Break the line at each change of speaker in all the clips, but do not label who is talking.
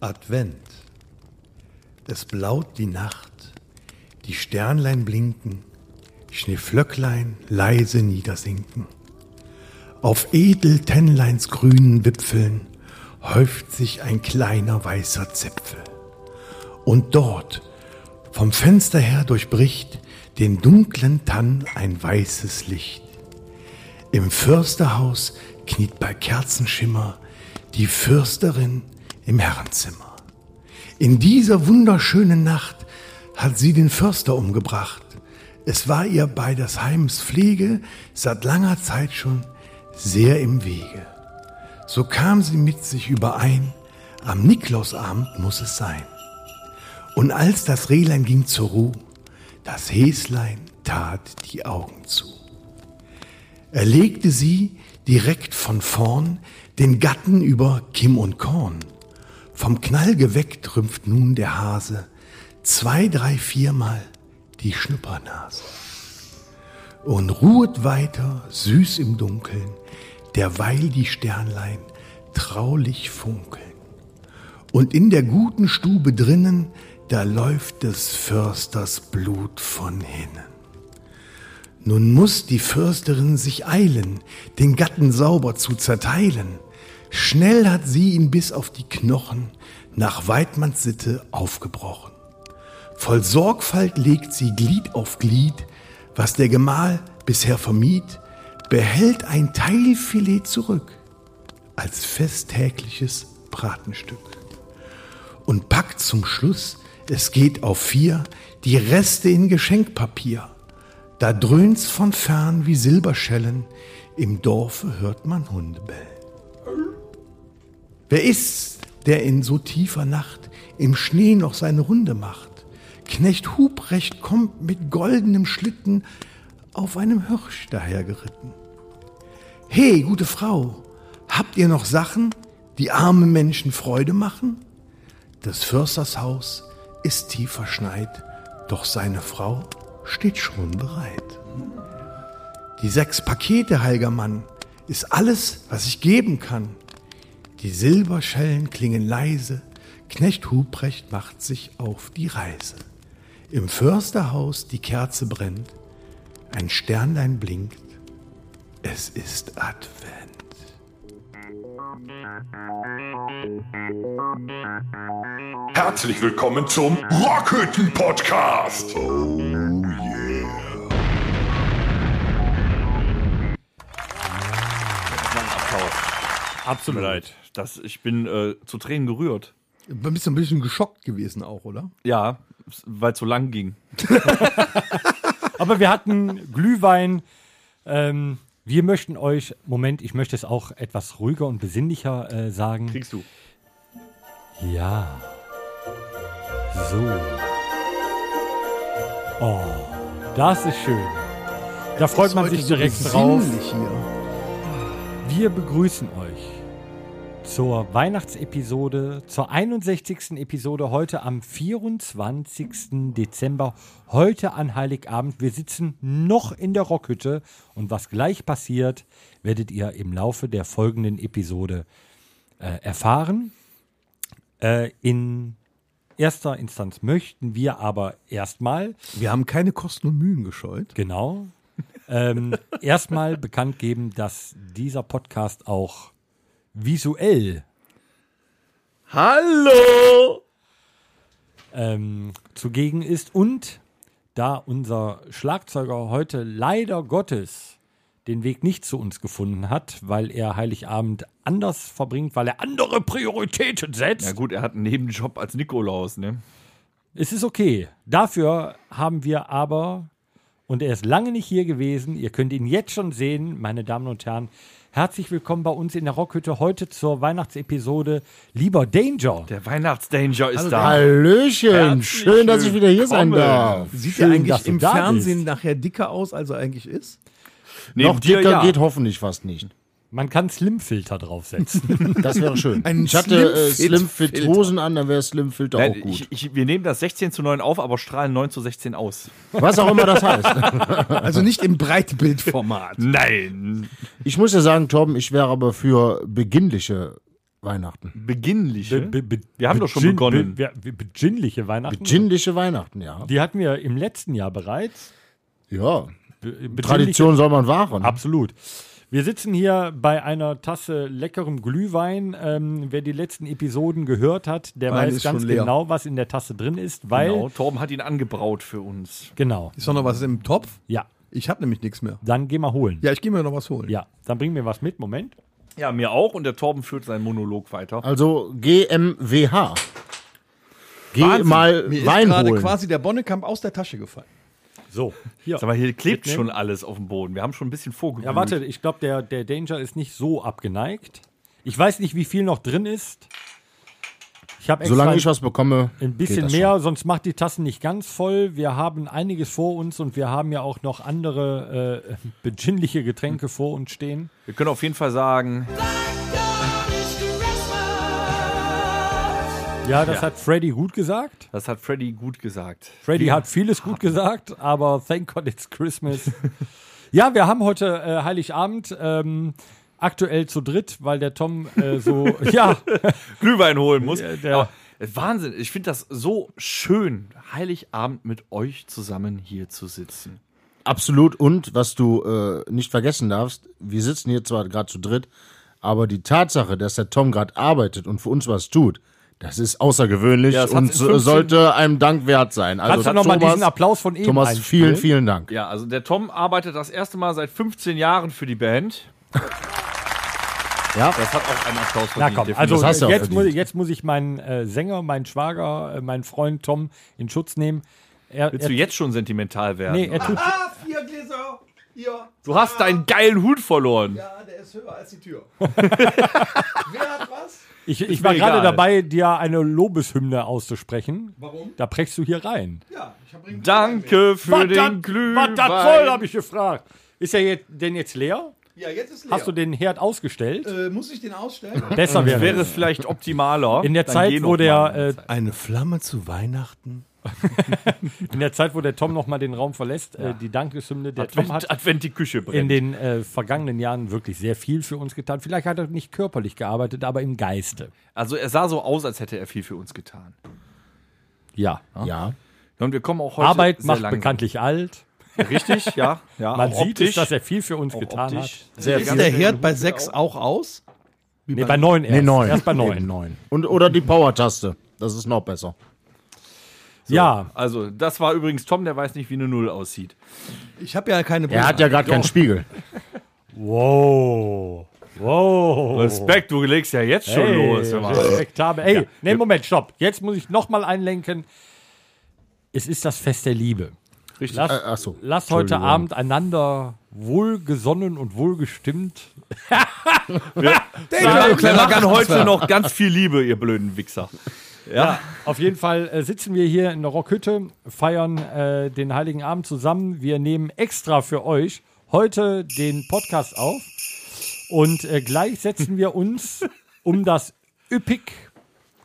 Advent. Es blaut die Nacht, die Sternlein blinken, Schneeflöcklein leise niedersinken. Auf Edeltennleins grünen Wipfeln häuft sich ein kleiner weißer Zipfel. Und dort, vom Fenster her durchbricht den dunklen Tann ein weißes Licht. Im Fürsterhaus kniet bei Kerzenschimmer die Fürsterin im Herrenzimmer. In dieser wunderschönen Nacht hat sie den Förster umgebracht. Es war ihr bei des Heims Pflege seit langer Zeit schon sehr im Wege. So kam sie mit sich überein, am Niklausabend muss es sein. Und als das Rehlein ging zur Ruhe, das Häslein tat die Augen zu. Er legte sie direkt von vorn den Gatten über Kim und Korn. Vom Knall geweckt rümpft nun der Hase zwei, drei, viermal die Schnuppernase. Und ruhet weiter süß im Dunkeln, derweil die Sternlein traulich funkeln. Und in der guten Stube drinnen, da läuft des Försters Blut von hinnen. Nun muß die Fürsterin sich eilen, den Gatten sauber zu zerteilen. Schnell hat sie ihn bis auf die Knochen nach Weidmanns Sitte aufgebrochen. Voll Sorgfalt legt sie Glied auf Glied, was der Gemahl bisher vermied, behält ein Teilfilet zurück als festtägliches Bratenstück. Und packt zum Schluss, es geht auf vier, die Reste in Geschenkpapier. Da dröhnt's von fern wie Silberschellen, im Dorfe hört man Hunde bellen. Wer ist's, der in so tiefer Nacht im Schnee noch seine Runde macht? Knecht Hubrecht kommt mit goldenem Schlitten auf einem Hirsch dahergeritten. Hey, gute Frau, habt ihr noch Sachen, die armen Menschen Freude machen? Des Försters Haus ist tief verschneit, doch seine Frau steht schon bereit. Die sechs Pakete, heiliger Mann, ist alles, was ich geben kann. Die Silberschellen klingen leise, Knecht Hubrecht macht sich auf die Reise. Im Försterhaus die Kerze brennt, ein Sternlein blinkt, es ist Advent.
Herzlich willkommen zum Rockhütten Podcast. Oh yeah.
Absolut. Leid. Das, ich bin äh, zu Tränen gerührt.
Bist du ein bisschen geschockt gewesen auch, oder?
Ja, weil es so lang ging.
Aber wir hatten Glühwein. Ähm, wir möchten euch, Moment, ich möchte es auch etwas ruhiger und besinnlicher äh, sagen.
Kriegst du.
Ja. So. Oh, das ist schön. Da freut man sich direkt drauf.
Hier.
Wir begrüßen euch zur Weihnachtsepisode, zur 61. Episode heute am 24. Dezember, heute an Heiligabend. Wir sitzen noch in der Rockhütte und was gleich passiert, werdet ihr im Laufe der folgenden Episode äh, erfahren. Äh, in erster Instanz möchten wir aber erstmal
Wir haben keine Kosten und Mühen gescheut.
Genau. ähm, erstmal bekannt geben, dass dieser Podcast auch visuell
Hallo!
ähm, zugegen ist und da unser Schlagzeuger heute leider Gottes den Weg nicht zu uns gefunden hat, weil er Heiligabend anders verbringt, weil er andere Prioritäten setzt.
Na gut, er hat einen Nebenjob als Nikolaus, ne?
Es ist okay. Dafür haben wir aber, und er ist lange nicht hier gewesen, ihr könnt ihn jetzt schon sehen, meine Damen und Herren. Herzlich willkommen bei uns in der Rockhütte heute zur Weihnachtsepisode Lieber Danger.
Der Weihnachtsdanger ist da.
Hallöchen,
Herzlich
schön, dass ich wieder hier sein
Ah. willkommen.
darf.
Sieht
Schön,
er
dass
eigentlich
du
im
da
Fernsehen
bist.
nachher dicker aus, als er eigentlich ist?
Neben
Noch
dir,
dicker
ja.
geht hoffentlich fast nicht.
Man kann Slimfilter draufsetzen.
Das wäre schön.
Ein
ich hatte äh,
Slimfit-
Slimfit Hosen an, dann wäre Slimfilter auch
Nein,
gut.
ich, ich, wir nehmen das 16 zu 9 auf, aber strahlen 9 zu 16 aus.
Was auch immer das heißt.
Also nicht im Breitbildformat.
Nein!
Ich muss ja sagen, Torben, ich wäre aber für beginnliche Weihnachten.
Beginnliche.
Be- be-
Wir haben doch schon
beginn-
begonnen.
Be, be, beginnliche Weihnachten.
Gindische Weihnachten, ja.
Die hatten wir im letzten Jahr bereits.
Ja.
Be- beginnliche-
Tradition soll man wahren.
Absolut. Wir sitzen hier bei einer Tasse leckerem Glühwein. Ähm, wer die letzten Episoden gehört hat, der
Wein
weiß
ist
ganz
schon leer.
genau, was in der Tasse drin ist, weil.
Genau, Torben hat ihn angebraut für uns.
genau.
Ist doch noch was im Topf?
Ja.
Ich habe nämlich nichts mehr.
Dann geh mal holen.
Ja, ich gehe mir noch was holen.
Ja, dann bring mir was mit. Moment.
Ja, mir auch. Und der Torben führt seinen Monolog weiter.
Also GMWH. Geh
Wahnsinn.
mal
Mir ist
Wein
gerade
holen.
quasi der Bonnekamp aus der Tasche gefallen.
So, hier.
Sag mal, hier klebt
Mitnehmen.
schon alles auf dem Boden. Wir haben schon ein bisschen vorgeglüht.
Ja, warte, ich glaube, der, der Danger ist nicht so abgeneigt. Ich weiß nicht, wie viel noch drin ist. Ich habe
Solange ich was bekomme,
ein
geht
bisschen
das
mehr, sonst macht die Tassen nicht ganz voll. Wir haben einiges vor uns und wir haben ja auch noch andere äh, beginnliche Getränke vor uns stehen.
Wir können auf jeden Fall sagen,
Ja, das hat Freddy gut gesagt.
das hat Freddy gut gesagt.
Freddy hat vieles gut gesagt, aber thank God it's Christmas. ja, wir haben heute äh, Heiligabend. Ähm, aktuell zu dritt, weil der Tom äh, so ja
Glühwein holen muss.
der-
Aber, äh, Wahnsinn, ich finde das so schön, Heiligabend mit euch zusammen hier zu sitzen.
schon. Absolut. Und was du äh, nicht vergessen darfst, wir sitzen hier zwar gerade zu dritt, aber die Tatsache, dass der Tom gerade arbeitet und für uns was tut, das ist außergewöhnlich
Ja, das hat's
und
in
so-
15
sollte einem Dank wert sein. Also
Kannst du nochmal diesen Applaus von eben
Thomas, vielen,
einspielen?
vielen Dank.
Ja, also der Tom arbeitet das erste Mal seit 15 Jahren für die Band.
Ja.
Das hat auch einen Applaus
Na
verdient.
komm,
definitiv.
also
Das hast du auch
jetzt,
verdient.
muss, jetzt muss ich meinen äh, Sänger, meinen Schwager, äh, meinen Freund Tom in Schutz nehmen. Er,
Willst
er,
du jetzt schon sentimental werden?
äh, nee, äh, er tut,
Ah, vier Gläser. Hier.
Du hast deinen geilen Hut verloren.
Ja, der ist höher als die Tür. Wer hat was?
ich, ich war
mir
gerade
egal.
dabei, dir eine Lobeshymne auszusprechen.
Warum?
Da prägst du hier rein.
Ja, ich habe
Danke für den Glühwein.
was das soll, habe ich gefragt. Ist er jetzt, denn jetzt leer?
Ja, jetzt ist leer.
Hast du den Herd ausgestellt?
äh, muss ich den ausstellen?
Besser wäre
Wäre
es.
es vielleicht optimaler.
In der
Dann geh
Zeit,
noch
wo
mal.
der, äh,
Eine Flamme zu Weihnachten?
in der Zeit, wo der Tom nochmal den Raum verlässt, äh, die Dankeshymne, der Tom
Advent,
hat
Advent die Küche brennt.
in den äh, vergangenen Jahren wirklich sehr viel für uns getan. Vielleicht hat er nicht körperlich gearbeitet, aber im Geiste.
also er sah so aus, als hätte er viel für uns getan.
Ja. ne?
Ja.
Ja, Und wir kommen auch heute
Arbeit
sehr
macht
langsam.
bekanntlich alt.
Richtig, ja. ja
Man
auch
sieht
optisch,
es, dass er viel für uns
auch
getan
optisch.
hat.
Sehr
ist der Herd bei sechs auch aus?
Nee, bei neun erst.
Nee, neun.
Erst bei
Eben
neun.
neun. Und, oder die Power-Taste. Das ist noch besser.
Ja,
Also, das war übrigens Tom, der weiß nicht, wie eine Null aussieht.
Ich habe ja keine
Er hat ja gerade keinen Spiegel.
Wow. Wow.
Respekt, du legst ja jetzt schon los. hör mal.
Respektabel. Ey, nee, Moment, stopp. Jetzt muss ich nochmal einlenken. Es ist das Fest der Liebe.
Richtig.
Lass,
ach so.
lass heute
Entschuldigung.
Abend einander wohlgesonnen und wohlgestimmt.
Wir machen heute noch ganz viel Liebe, ihr blöden Wichser. Ja.
Auf jeden Fall äh, sitzen wir hier in der Rockhütte, feiern äh, den Heiligen Abend zusammen. Wir nehmen extra für euch heute den Podcast auf und äh, gleich setzen wir uns um das üppig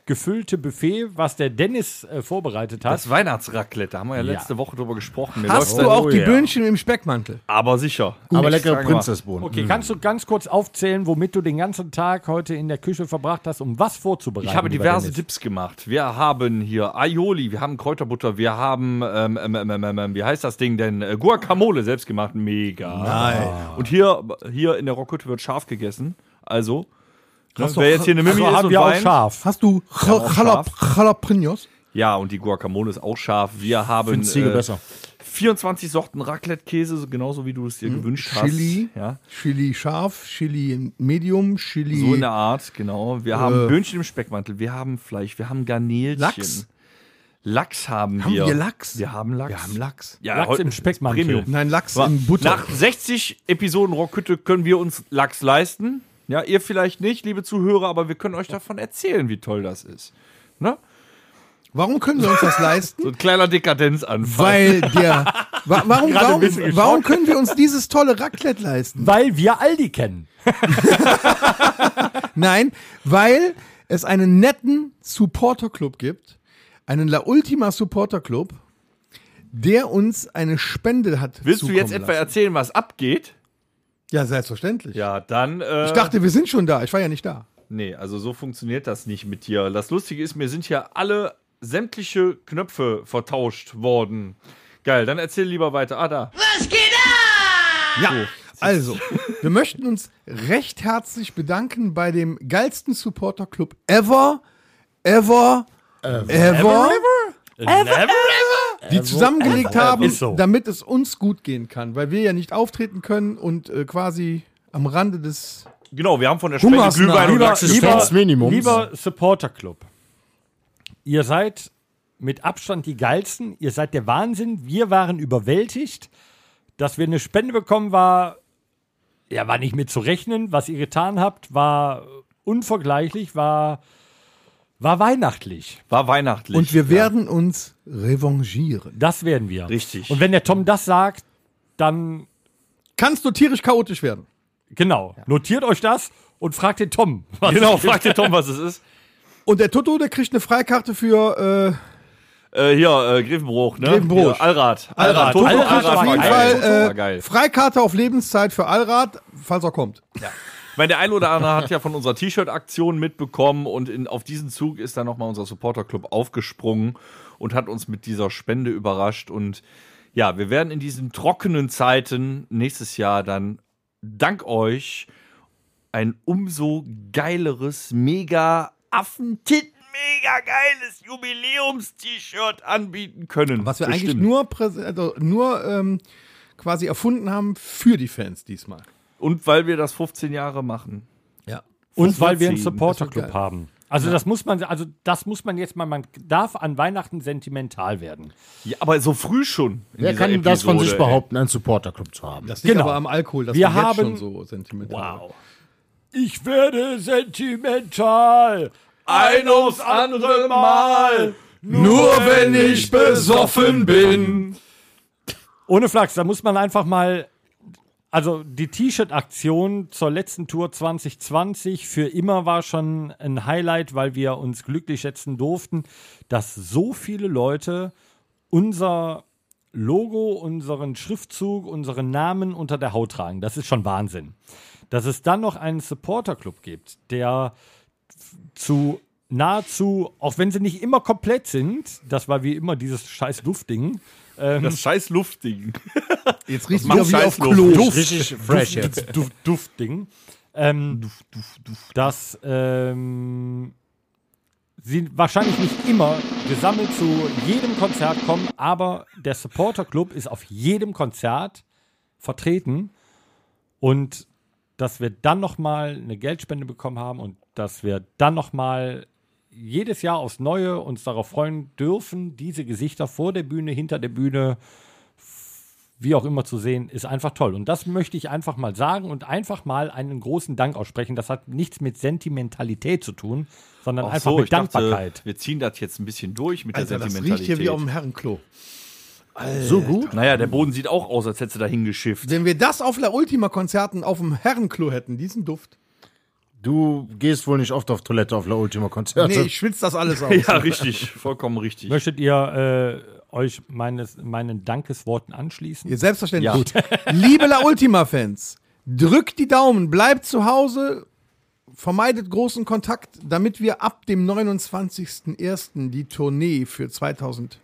gefüllte Buffet, was der Dennis äh, vorbereitet hat.
Das Weihnachtsraclette, da haben wir ja
Ja.
letzte Woche drüber gesprochen. Mir läuft's
Hast du
dann-
auch die
ja.
Böhnchen im Speckmantel?
Aber sicher.
Aber
Extra
leckere
gemacht.
Prinzessbohnen.
Okay,
Mhm.
kannst du ganz kurz aufzählen, womit du den ganzen Tag heute in der Küche verbracht hast, um was vorzubereiten?
Ich habe
lieber
diverse
Dennis?
Dips gemacht. Wir haben hier Aioli, wir haben Kräuterbutter, wir haben, ähm, ähm, ähm, ähm, ähm, wie heißt das Ding denn? Äh, Guacamole selbst gemacht. Mega.
Äh,
Nein. Ah. Und hier, hier in der Rockhütte wird scharf gegessen. Also, ne,
doch-
wer jetzt hier eine Mimi
Also
ist
haben
und
wir auch
Wein,
scharf.
Hast du Jalap Jalapenos?
Ja, und die Guacamole ist auch scharf. Wir haben
Find's Ziege besser.
24 Sorten Raclette-Käse, so- genauso wie du es dir gewünscht hast.
Chili,
Ja,
Chili scharf, Chili medium, Chili
so in der Art, genau. Wir haben Böhnchen im Speckmantel, wir haben Fleisch, wir haben Garnelchen.
Lachs?
Lachs haben,
Haben
wir.
wir Lachs?
Wir haben Lachs.
Wir haben Lachs.
Ja,
Lachs
heute
im
ist
Speckmantel.
Premium.
Nein, Lachs
Aber
in Butter.
Nach 60 Episoden Rockhütte können wir uns Lachs leisten. Ja, ihr vielleicht nicht, liebe Zuhörer, aber wir können euch davon erzählen, wie toll das ist. Ne?
Warum können wir uns das leisten?
So ein kleiner Dekadenzanfall.
Weil der. Wa warum,
Gerade ein
warum,
bisschen geschockt.
warum können wir uns dieses tolle Raclette leisten?
Weil wir Aldi kennen.
Nein, weil es einen netten Supporterclub gibt, einen La Ultima Supporterclub, der uns eine Spende hat.
Willst du jetzt
zukommen
etwa
lassen.
erzählen, was abgeht?
Ja, selbstverständlich.
Ja, dann. Äh,
Ich dachte, wir sind schon da. Ich war ja nicht da.
Nee, also so funktioniert das nicht mit dir. Das Lustige ist, mir sind hier alle sämtliche Knöpfe vertauscht worden. Geil, dann erzähl lieber weiter. Ah, da.
Ja, also, wir möchten uns recht herzlich bedanken bei dem geilsten Supporterclub ever, ever, ever, ever, die zusammengelegt haben,
Ist so.
damit es uns gut gehen kann, weil wir ja nicht auftreten können und äh, quasi am Rande des
Genau, wir haben von der Spende
Hungersnah.
Glühwein und
lieber,
Lachs
lieber,
Existenzminimums.
lieber Supporter Club. Ihr seid mit Abstand die geilsten. Ihr seid der Wahnsinn. Wir waren überwältigt. Dass wir eine Spende bekommen, war, ja, war nicht mit zu rechnen. Was ihr getan habt, war unvergleichlich, war, war weihnachtlich.
War weihnachtlich.
und wir werden uns revanchieren.
Das werden wir.
Richtig.
Und wenn der Tom das sagt, dann
Kannst du tierisch chaotisch werden?
Genau. Notiert euch das und fragt den Tom. Was
Genau, fragt den Tom, was es ist.
Und der Toto, der kriegt eine Freikarte für äh,
Äh, hier, äh, Grevenbroich, ne?
Grevenbroich.
Hier, Allrad.
Allrad. Toto
Allrad
kriegt auf
war
jeden
geil.
Toto war
Fall äh,
geil.
Freikarte auf Lebenszeit für Allrad, falls er kommt.
Ich meine, der ein oder andere hat ja von unserer T-Shirt-Aktion mitbekommen und in, auf diesen Zug ist dann nochmal unser Supporter-Club aufgesprungen und hat uns mit dieser Spende überrascht. Und ja, wir werden in diesen trockenen Zeiten nächstes Jahr dann dank euch ein umso geileres, mega Affentit, mega geiles Jubiläums-T-Shirt anbieten können.
Was wir
Bestimmt.
eigentlich nur, präsen- also nur ähm, quasi erfunden haben für die Fans diesmal.
Und weil wir das 15 Jahre machen.
Ja.
Und weil wir einen
ziehen.
Supporter
Das wird
Club
geil.
haben. Also das muss man, also das muss man jetzt mal, man darf an Weihnachten sentimental werden.
Ja, aber so früh schon. in
Wer
dieser
kann das von sich
Episode, ey.
behaupten, einen Supporterclub zu haben?
Das liegt
Genau.
aber am Alkohol, das
Wir
wir
haben-
jetzt schon so sentimental. Wow.
Ich werde sentimental.
ein ums andere Mal.
Nur wenn ich besoffen bin.
Ohne Flachs, da muss man einfach mal, also die T-Shirt-Aktion zur letzten Tour 2020 für immer war schon ein Highlight, weil wir uns glücklich schätzen durften, dass so viele Leute unser Logo, unseren Schriftzug, unseren Namen unter der Haut tragen. Das ist schon Wahnsinn. Dass es dann noch einen Supporter-Club gibt, der zu nahezu, auch wenn sie nicht immer komplett sind, das war wie immer dieses scheiß Duftding,
Das scheiß Luftding.
Jetzt riecht
macht
wieder wie auf
Scheißluft.
Klo.
Duft. Richtig fresh jetzt.
Duft, Duft, Duftding. Ähm, Dass ähm, sie wahrscheinlich nicht immer gesammelt zu jedem Konzert kommen, aber der Supporter Club ist auf jedem Konzert vertreten und dass wir dann nochmal eine Geldspende bekommen haben und dass wir dann nochmal jedes Jahr aufs Neue uns darauf freuen dürfen, diese Gesichter vor der Bühne, hinter der Bühne, wie auch immer zu sehen, ist einfach toll. Und das möchte ich einfach mal sagen und einfach mal einen großen Dank aussprechen. Das hat nichts mit Sentimentalität zu tun, sondern
Ach
einfach
so,
mit
ich dachte,
Dankbarkeit.
wir ziehen das jetzt ein bisschen durch mit
Alter,
der
das riecht
Sentimentalität.
hier wie auf dem Herrenklo.
so gut?
naja, der Boden sieht auch aus, als hätte sie da hingeschifft.
Wenn wir das auf La Ultima Konzerten auf dem Herrenklo hätten, diesen Duft.
Du gehst wohl nicht oft auf Toilette auf La Ultima Konzerte.
Nee, ich schwitze das alles aus.
Ja, richtig. Vollkommen richtig.
Möchtet ihr äh, euch meines, meinen Dankesworten anschließen?
Ja, Selbstverständlich. Liebe La Ultima-Fans, drückt die Daumen, bleibt zu Hause, vermeidet großen Kontakt, damit wir ab dem 29.01. die Tournee für 2021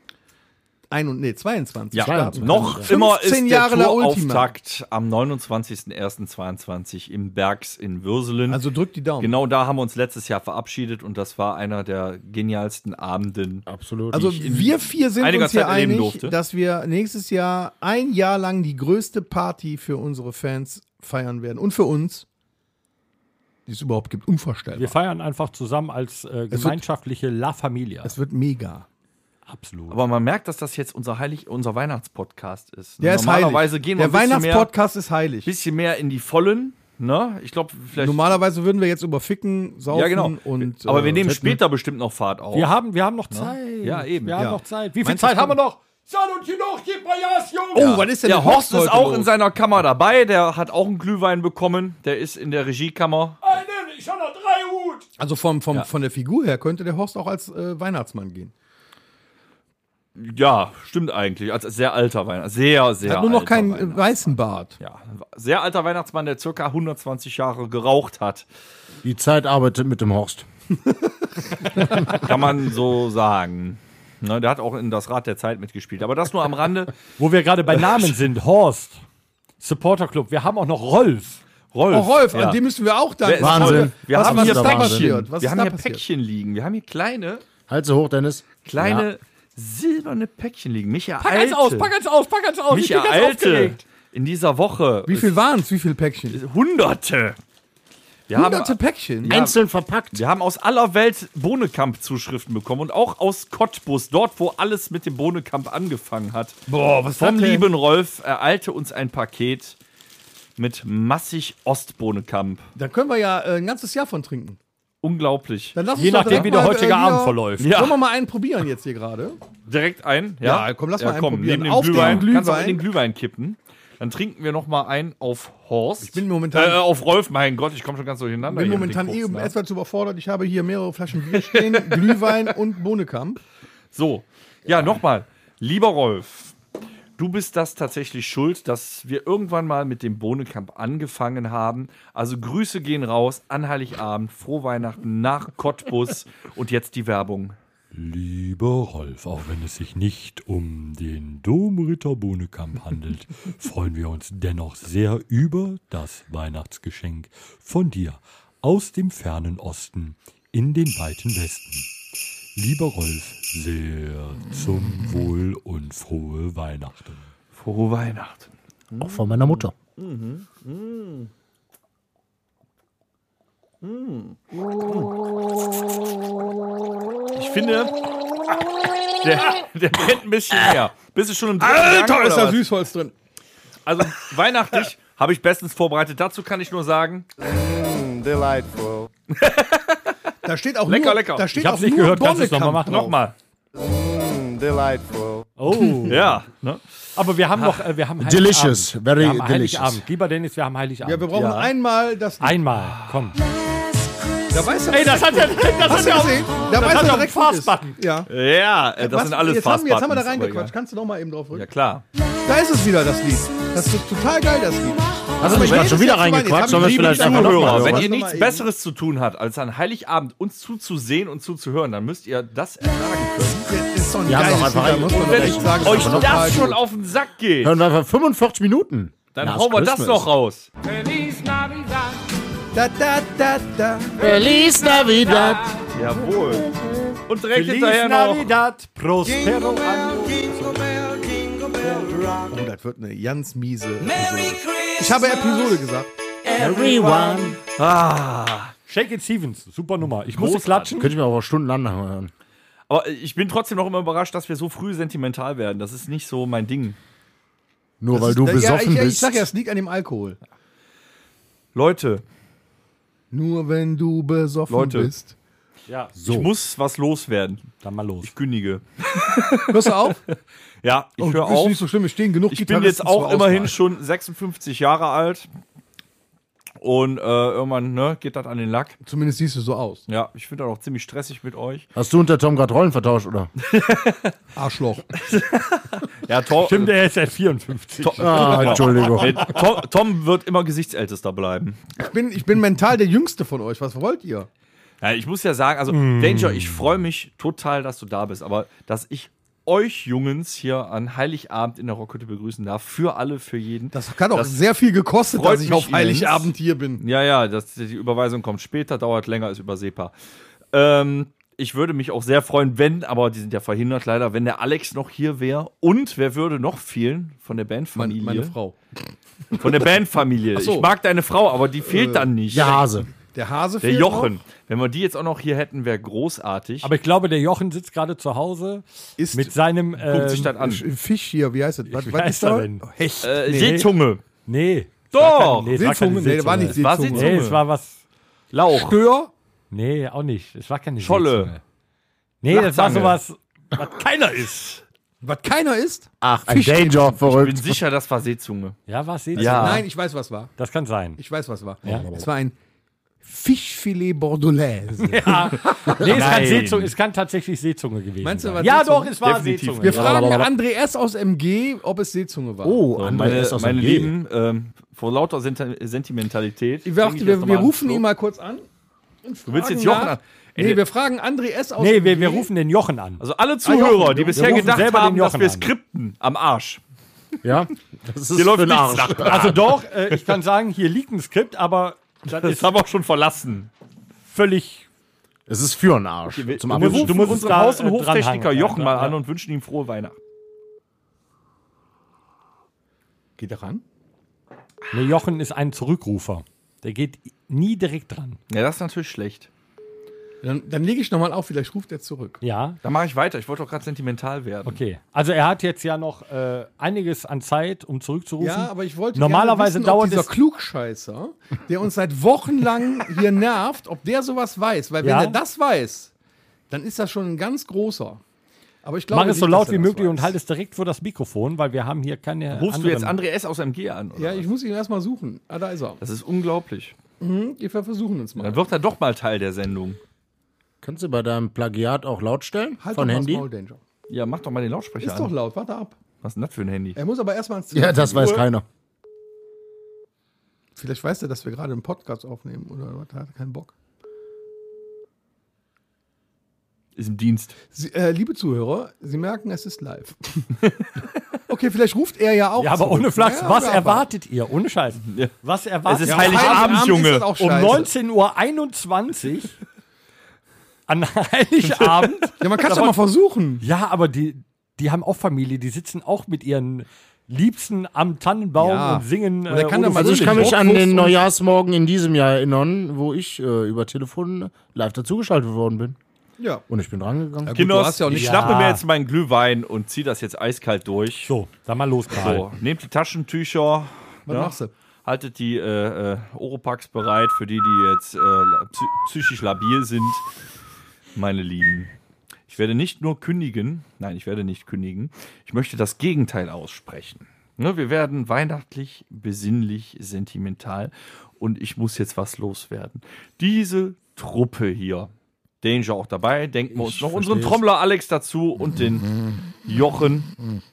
und nee, 22
Ja,
starten.
noch
15
immer ist
Jahre
der
La Ultima.
Tourauftakt am 29.01.22 im Bergs in Würselen.
Also drückt die Daumen.
genau da haben wir uns letztes Jahr verabschiedet und das war einer der genialsten Abenden.
Absolut.
Also wir vier sind
einiger
uns hier
Zeit erleben
einig,
durfte.
dass wir nächstes Jahr ein Jahr lang die größte Party für unsere Fans feiern werden und für uns, die es überhaupt gibt, unvorstellbar.
Wir feiern einfach zusammen als äh, gemeinschaftliche La Familia.
Es wird mega.
Absolut.
Aber man merkt, dass das jetzt unser heilig unser Weihnachtspodcast ist.
Der ist
Normalerweise
heilig.
gehen wir
Der
ein bisschen mehr,
Weihnachtspodcast ist heilig.
bisschen mehr in die Vollen. Ne? Ich glaube, vielleicht
Normalerweise würden wir jetzt über Ficken, Saufen
Ja, genau.
und.
Aber wir
äh,
nehmen später bestimmt noch Fahrt auf.
Wir haben, wir haben noch Zeit.
Ja, eben.
Wir haben
Ja.
noch Zeit. Wie viel
Meinst
Zeit
du,
haben wir noch? San und genug, gib mal Jas, Junge!
Oh, was ist denn
der
mit
Horst ist
heute
auch
los?
in seiner Kammer dabei. Der hat auch einen Glühwein bekommen. Der ist in der Regiekammer.
Einen, ich habe noch drei Hut!
Also vom, vom, von der Figur her könnte der Horst auch als äh, Weihnachtsmann gehen.
Ja, stimmt eigentlich. Also sehr alter Weihnachtsmann. Sehr, sehr
Hat nur noch
alter
keinen äh,
Weihnachts-
weißen Bart.
Ja, ein sehr alter Weihnachtsmann, der circa 120 Jahre geraucht hat.
Die Zeit arbeitet mit dem Horst.
Kann man so sagen. Ne, der hat auch in das Rad der Zeit mitgespielt. Aber das nur am Rande.
Wo wir gerade bei Namen sind, Horst, Supporter Club, wir haben auch noch Rolf.
Rolf.
Oh, Rolf,
ja.
an dem müssen wir auch
Wer ist
danken.
Wahnsinn.
Rolf? Wir
Was
haben
ist
hier
da
Päckchen.
passiert? Was
wir
ist
haben
da
hier
passiert?
Päckchen liegen. Wir haben hier kleine,
Halte Also hoch, Dennis.
kleine
Ja.
silberne Päckchen liegen. Mich ereilte,
Pack eins aus, pack eins aus, pack eins aus.
mich
bin ganz
ereilte
aufgeregt.
in dieser Woche
Wie viel waren es? Wie viel Päckchen?
Hunderte. Wir
Hunderte
haben,
Päckchen.
Einzeln verpackt.
wir haben aus aller Welt Bohnekamp-Zuschriften bekommen und auch aus Cottbus, dort, wo alles mit dem Bohnekamp angefangen hat.
Boah, was
Vom lieben Rolf ereilte uns ein Paket mit massig Ostbohnekamp.
Da können wir ja äh, ein ganzes Jahr von trinken.
Unglaublich.
Dann lass
Je
uns doch
nachdem,
direkt
wie der
mal,
heutige
äh,
Abend
hier-
verläuft.
Ja.
Sollen wir mal einen probieren jetzt hier gerade?
Direkt ein?
Ja, komm, lass mal einen
komm,
probieren.
Neben den
Auf den
Glühwein. Kannst auch in
Glühwein.
den Glühwein kippen. Dann trinken wir noch mal einen auf Horst. Ich
bin momentan-
Äh, auf Rolf, mein Gott, ich komme schon ganz durcheinander.
bin
hier
momentan
mit
eh
den Koks, ne?
etwas überfordert. Ich habe hier mehrere Flaschen Bier stehen, Glühwein und Bohnekamp.
So, ja, nochmal. Lieber Rolf, du bist das tatsächlich schuld, dass wir irgendwann mal mit dem Bohnenkamp angefangen haben. Also Grüße gehen raus an Heiligabend, frohe Weihnachten nach Cottbus und jetzt die Werbung.
Lieber Rolf, auch wenn es sich nicht um den Domritter Bohnekamp handelt, freuen wir uns dennoch sehr über das Weihnachtsgeschenk von dir aus dem fernen Osten in den weiten Westen. Lieber Rolf, sehr zum Wohl und frohe Weihnachten.
Frohe Weihnachten.
Auch von meiner Mutter.
Ich finde, der, der brennt ein bisschen mehr. Bist du schon im dritten Gang,
Alter, ist
oder
da
was?
Süßholz drin.
Also weihnachtlich habe ich bestens vorbereitet. Dazu kann ich nur sagen,
Delightful.
Da steht auch
Lecker,
nur,
lecker.
Da steht
Ich hab's
auch
nicht
nur
gehört, kannst du's noch mal
Bonnekamp
machen?
drauf.
nochmal.
Delightful.
Oh,
Ja, ne?
aber wir haben noch, äh, wir haben
Delicious,
Heiligabend.
very
wir haben
delicious.
Heiligabend. Lieber Dennis, wir haben Heiligabend.
Ja, wir brauchen einmal das.
Einmal, komm.
Da weiß er,
Ey, das hat ja, das
hast
hat
du
ja auch,
gesehen? Da
das
weiß
hat
er
ja auch einen
direkt, was ist.
Fastbutton.
Ja.
Ja, äh, das
Was-
sind alles
jetzt haben, wir- jetzt haben wir da
Fastbuttons, aber egal.
reingequatscht. Kannst du noch mal eben drauf rücken?
Ja, klar.
Da ist es wieder, das Lied. Das ist total geil, das Lied.
Hast du mich gerade schon wieder reingequatscht? Sollen wir es
halt
vielleicht einfach nochmal
Zuhörer, wenn
hören?
ihr
Nochmal
nichts
eben.
Besseres zu tun habt, als an Heiligabend uns zuzusehen und zuzuhören, dann müsst ihr das ertragen können.
Das ist so ein
Wir haben
geiles
doch einfach
Lied, da muss man doch
reingequatscht.
Wenn ich
echt sagen.
euch
ist doch total
das schon
gut.
auf den Sack geht,
Hören wir einfach 45 Minuten.
dann
Last
hauen wir das
Christmas.
noch raus.
Da, da, da, da.
Feliz Navidad.
Jawohl. Und direkt hinterher noch.
Prospero
Oh, das wird eine ganz miese Episode. Ich habe Episode gesagt.
Everyone.
Shake It Stevens, super Nummer. Ich musste
Großartig.
klatschen.
Könnte ich mir aber auch stundenlang hören.
Aber ich bin trotzdem noch immer überrascht, dass wir so früh sentimental werden. Das ist nicht so mein Ding.
Nur weil
Das
du
ist- ja,
besoffen
ich,
bist.
Ich sag ja, es liegt an dem Alkohol.
Leute,
Nur wenn du besoffen
Leute.
bist.
Ja,
ich muss was loswerden.
dann mal los.
Ich kündige.
Hörst du auf? Oh,
Ja, ich höre
Ist
auf.
nicht so schlimm, es stehen genug
Ich bin jetzt
Gitarristen
auch
zur
immerhin
Auswahl.
schon 56 Jahre alt. Und äh, irgendwann ne, geht das an den Lack.
Zumindest siehst du so aus.
Ja, ich finde das auch ziemlich stressig mit euch.
Hast du unter Tom gerade Rollen vertauscht, oder?
Arschloch.
Ja, Tom,
Stimmt, der ist seit 54.
Ah, Entschuldigung.
Nee, Tom, Tom wird immer Gesichtsältester bleiben.
Ich bin, ich bin mental der Jüngste von euch. Was wollt ihr?
Ja, ich muss ja sagen, also
Mm.
Danger, ich freue mich total, dass du da bist, aber dass ich euch Jungens hier an Heiligabend in der Rockhütte begrüßen darf, für alle, für jeden.
Das hat auch sehr viel gekostet,
freut
dass ich
mich
auf Heiligabend
immens.
hier bin.
Ja, ja, das, die Überweisung kommt später, dauert länger, ist übersehbar. Ähm, ich würde mich auch sehr freuen, wenn, aber die sind ja verhindert leider, wenn der Alex noch hier wäre. Und wer würde noch fehlen von der
Meine,
Bandfamilie?
meine Frau.
Von der Bandfamilie.
so. Äh,
Ich mag deine Frau, aber die fehlt dann nicht.
Der Hase.
Der Hase
Der
fehlt
Jochen.
noch.
Wenn wir die jetzt auch noch hier hätten, wäre großartig.
Aber ich glaube, der Jochen sitzt gerade zu Hause
Ist
mit seinem. Ähm,
Guckt sich das an.
Fisch hier, wie heißt das? Was,
Wie
was ist
heißt er
da? Oh,
denn?
Hecht.
äh, Seezunge.
Nee.
Doch.
Es war keine,
Seezunge? Nee, der
nee,
war
es
nicht
war keine Seezunge.
Es war
Seezunge.
Seezunge.
Nee, es war was.
Lauch.
Stör?
Nee, auch nicht. Es war keine
Scholle.
Seezunge. Nee, das war
Schlachtzange.
sowas, was keiner ist.
Was keiner ist?
Ach, ein Danger,
Ich bin
verrückt.
sicher, das war Seezunge.
Ja, war es Seezunge?
Ja.
Nein, ich weiß, was war.
Das kann sein.
Ich weiß, was war.
Ja.
Es war ein Fischfilet Bordelaise.
Ja. Nee, es kann,
Nein.
Seezunge, es kann tatsächlich Seezunge gewesen
Meinst du,
sein.
war
ja,
Seezunge?
doch, es war
Definitiv.
Seezunge.
Wir
Ja.
fragen André S. aus MG, ob es Seezunge war.
Oh,
So,
André
meine
ist aus
meine
MG.
Lieben, ähm, vor lauter Senti- Sentimentalität.
Ich
trinke
dachte,
ich
wir,
jetzt
wir
nochmal
rufen
einen
ihn mal kurz an.
Schluck. Du willst jetzt Jochen
nach.
an. Ey,
Nee, wir fragen André S. aus
Äh, Nee,
MG.
wir, wir rufen den Jochen an.
also alle Zuhörer, die bisher
rufen
gedacht
selber den
haben, dass
Jochen
wir
an.
skripten, am Arsch.
Ja, das ist
Hier läuft
für'n
nichts nach.
Also doch, äh, ich kann sagen, hier liegt ein Skript, aber das,
Das
ist
haben wir auch schon verlassen.
völlig.
Es ist für einen Arsch. Zum
Wir
Abschluss.
rufen
du musst uns
unseren
da,
Haus- und
äh,
Hoftechniker
dranhangen.
Jochen
Ja,
mal
ja.
an und wünschen ihm frohe Weihnachten.
Geht er ran?
Nee, Jochen ist ein Zurückrufer. Der geht nie direkt dran.
Ja, das ist natürlich schlecht.
Dann, dann lege ich nochmal auf, vielleicht ruft er zurück.
Ja,
Dann mache ich weiter. Ich wollte doch gerade sentimental werden.
okay. Also er hat jetzt ja noch äh, einiges an Zeit, um zurückzurufen.
Ja, aber ich wollte
Normalerweise
gerne wissen, ob
dauert
dieser
es-
Klugscheißer, der uns seit Wochen lang hier nervt, ob der sowas weiß. Weil wenn
Ja?
er das weiß, dann ist das schon ein ganz großer. Aber ich glaube,
Mach es
nicht,
so
dass
laut
er
wie
das
möglich
weiß.
und halt es direkt vor das Mikrofon, weil wir haben hier keine.
Rufst du
anderen-
jetzt André S. aus MG an? Oder?
Ja, ich muss ihn erstmal suchen. Ah, da ist er. Hm,
Das ist unglaublich.
Wir versuchen uns mal.
Dann wird er doch mal Teil der Sendung.
Kannst du bei deinem Plagiat auch lautstellen?
Halt
Von
doch mal
Handy?
das Maul, Danger.
Ja, mach doch mal den Lautsprecher
Ist
an.
doch laut, warte ab.
Was ist denn das für ein Handy?
Er muss aber erstmal ans
Ja, das weiß keiner.
Vielleicht weiß er, dass wir gerade einen Podcast aufnehmen oder was, hat er keinen Bock.
Ist im Dienst.
Sie, äh, liebe Zuhörer, Sie merken, es ist live. okay, vielleicht ruft er ja auch.
Ja, aber
zurück.
ohne Flachs,
Ja,
was
aber-
erwartet ihr? Ohne Scheiß.
Ja.
Was
Es
erwartet
ist
ihr?
Heiligabend,
Heiligabend ist
Junge.
das auch
um
scheiße.
19.21 Uhr an Heiligabend.
Ja, man kann es doch mal versuchen.
ja, aber die, die haben auch Familie, die sitzen auch mit ihren Liebsten am Tannenbaum
Ja.
und singen. äh,
Und der kann da
ohne
mal
Also ich
Fröhlich,
kann mich an
Bockwurst
den
und-
Neujahrsmorgen in diesem Jahr erinnern, wo ich äh, über Telefon live dazugeschaltet worden bin.
Ja.
Und ich bin rangegangen.
du hast
Kinders,
ja auch
ich
nicht-
schnappe
Ja.
mir jetzt meinen Glühwein und ziehe das jetzt eiskalt durch.
So, dann Oh, mal los, Karl.
So, nehmt die Taschentücher.
Was machst du?
Haltet die äh, äh, Oropax bereit für die, die jetzt äh, psy psychisch labil sind. Meine Lieben, ich werde nicht nur kündigen, nein, ich werde nicht kündigen, ich möchte das Gegenteil aussprechen. Ne, wir werden weihnachtlich, besinnlich, sentimental und ich muss jetzt was loswerden. Diese Truppe hier, Danger auch dabei, denken wir uns noch unseren Trommler Alex dazu und
Mhm.
den Jochen.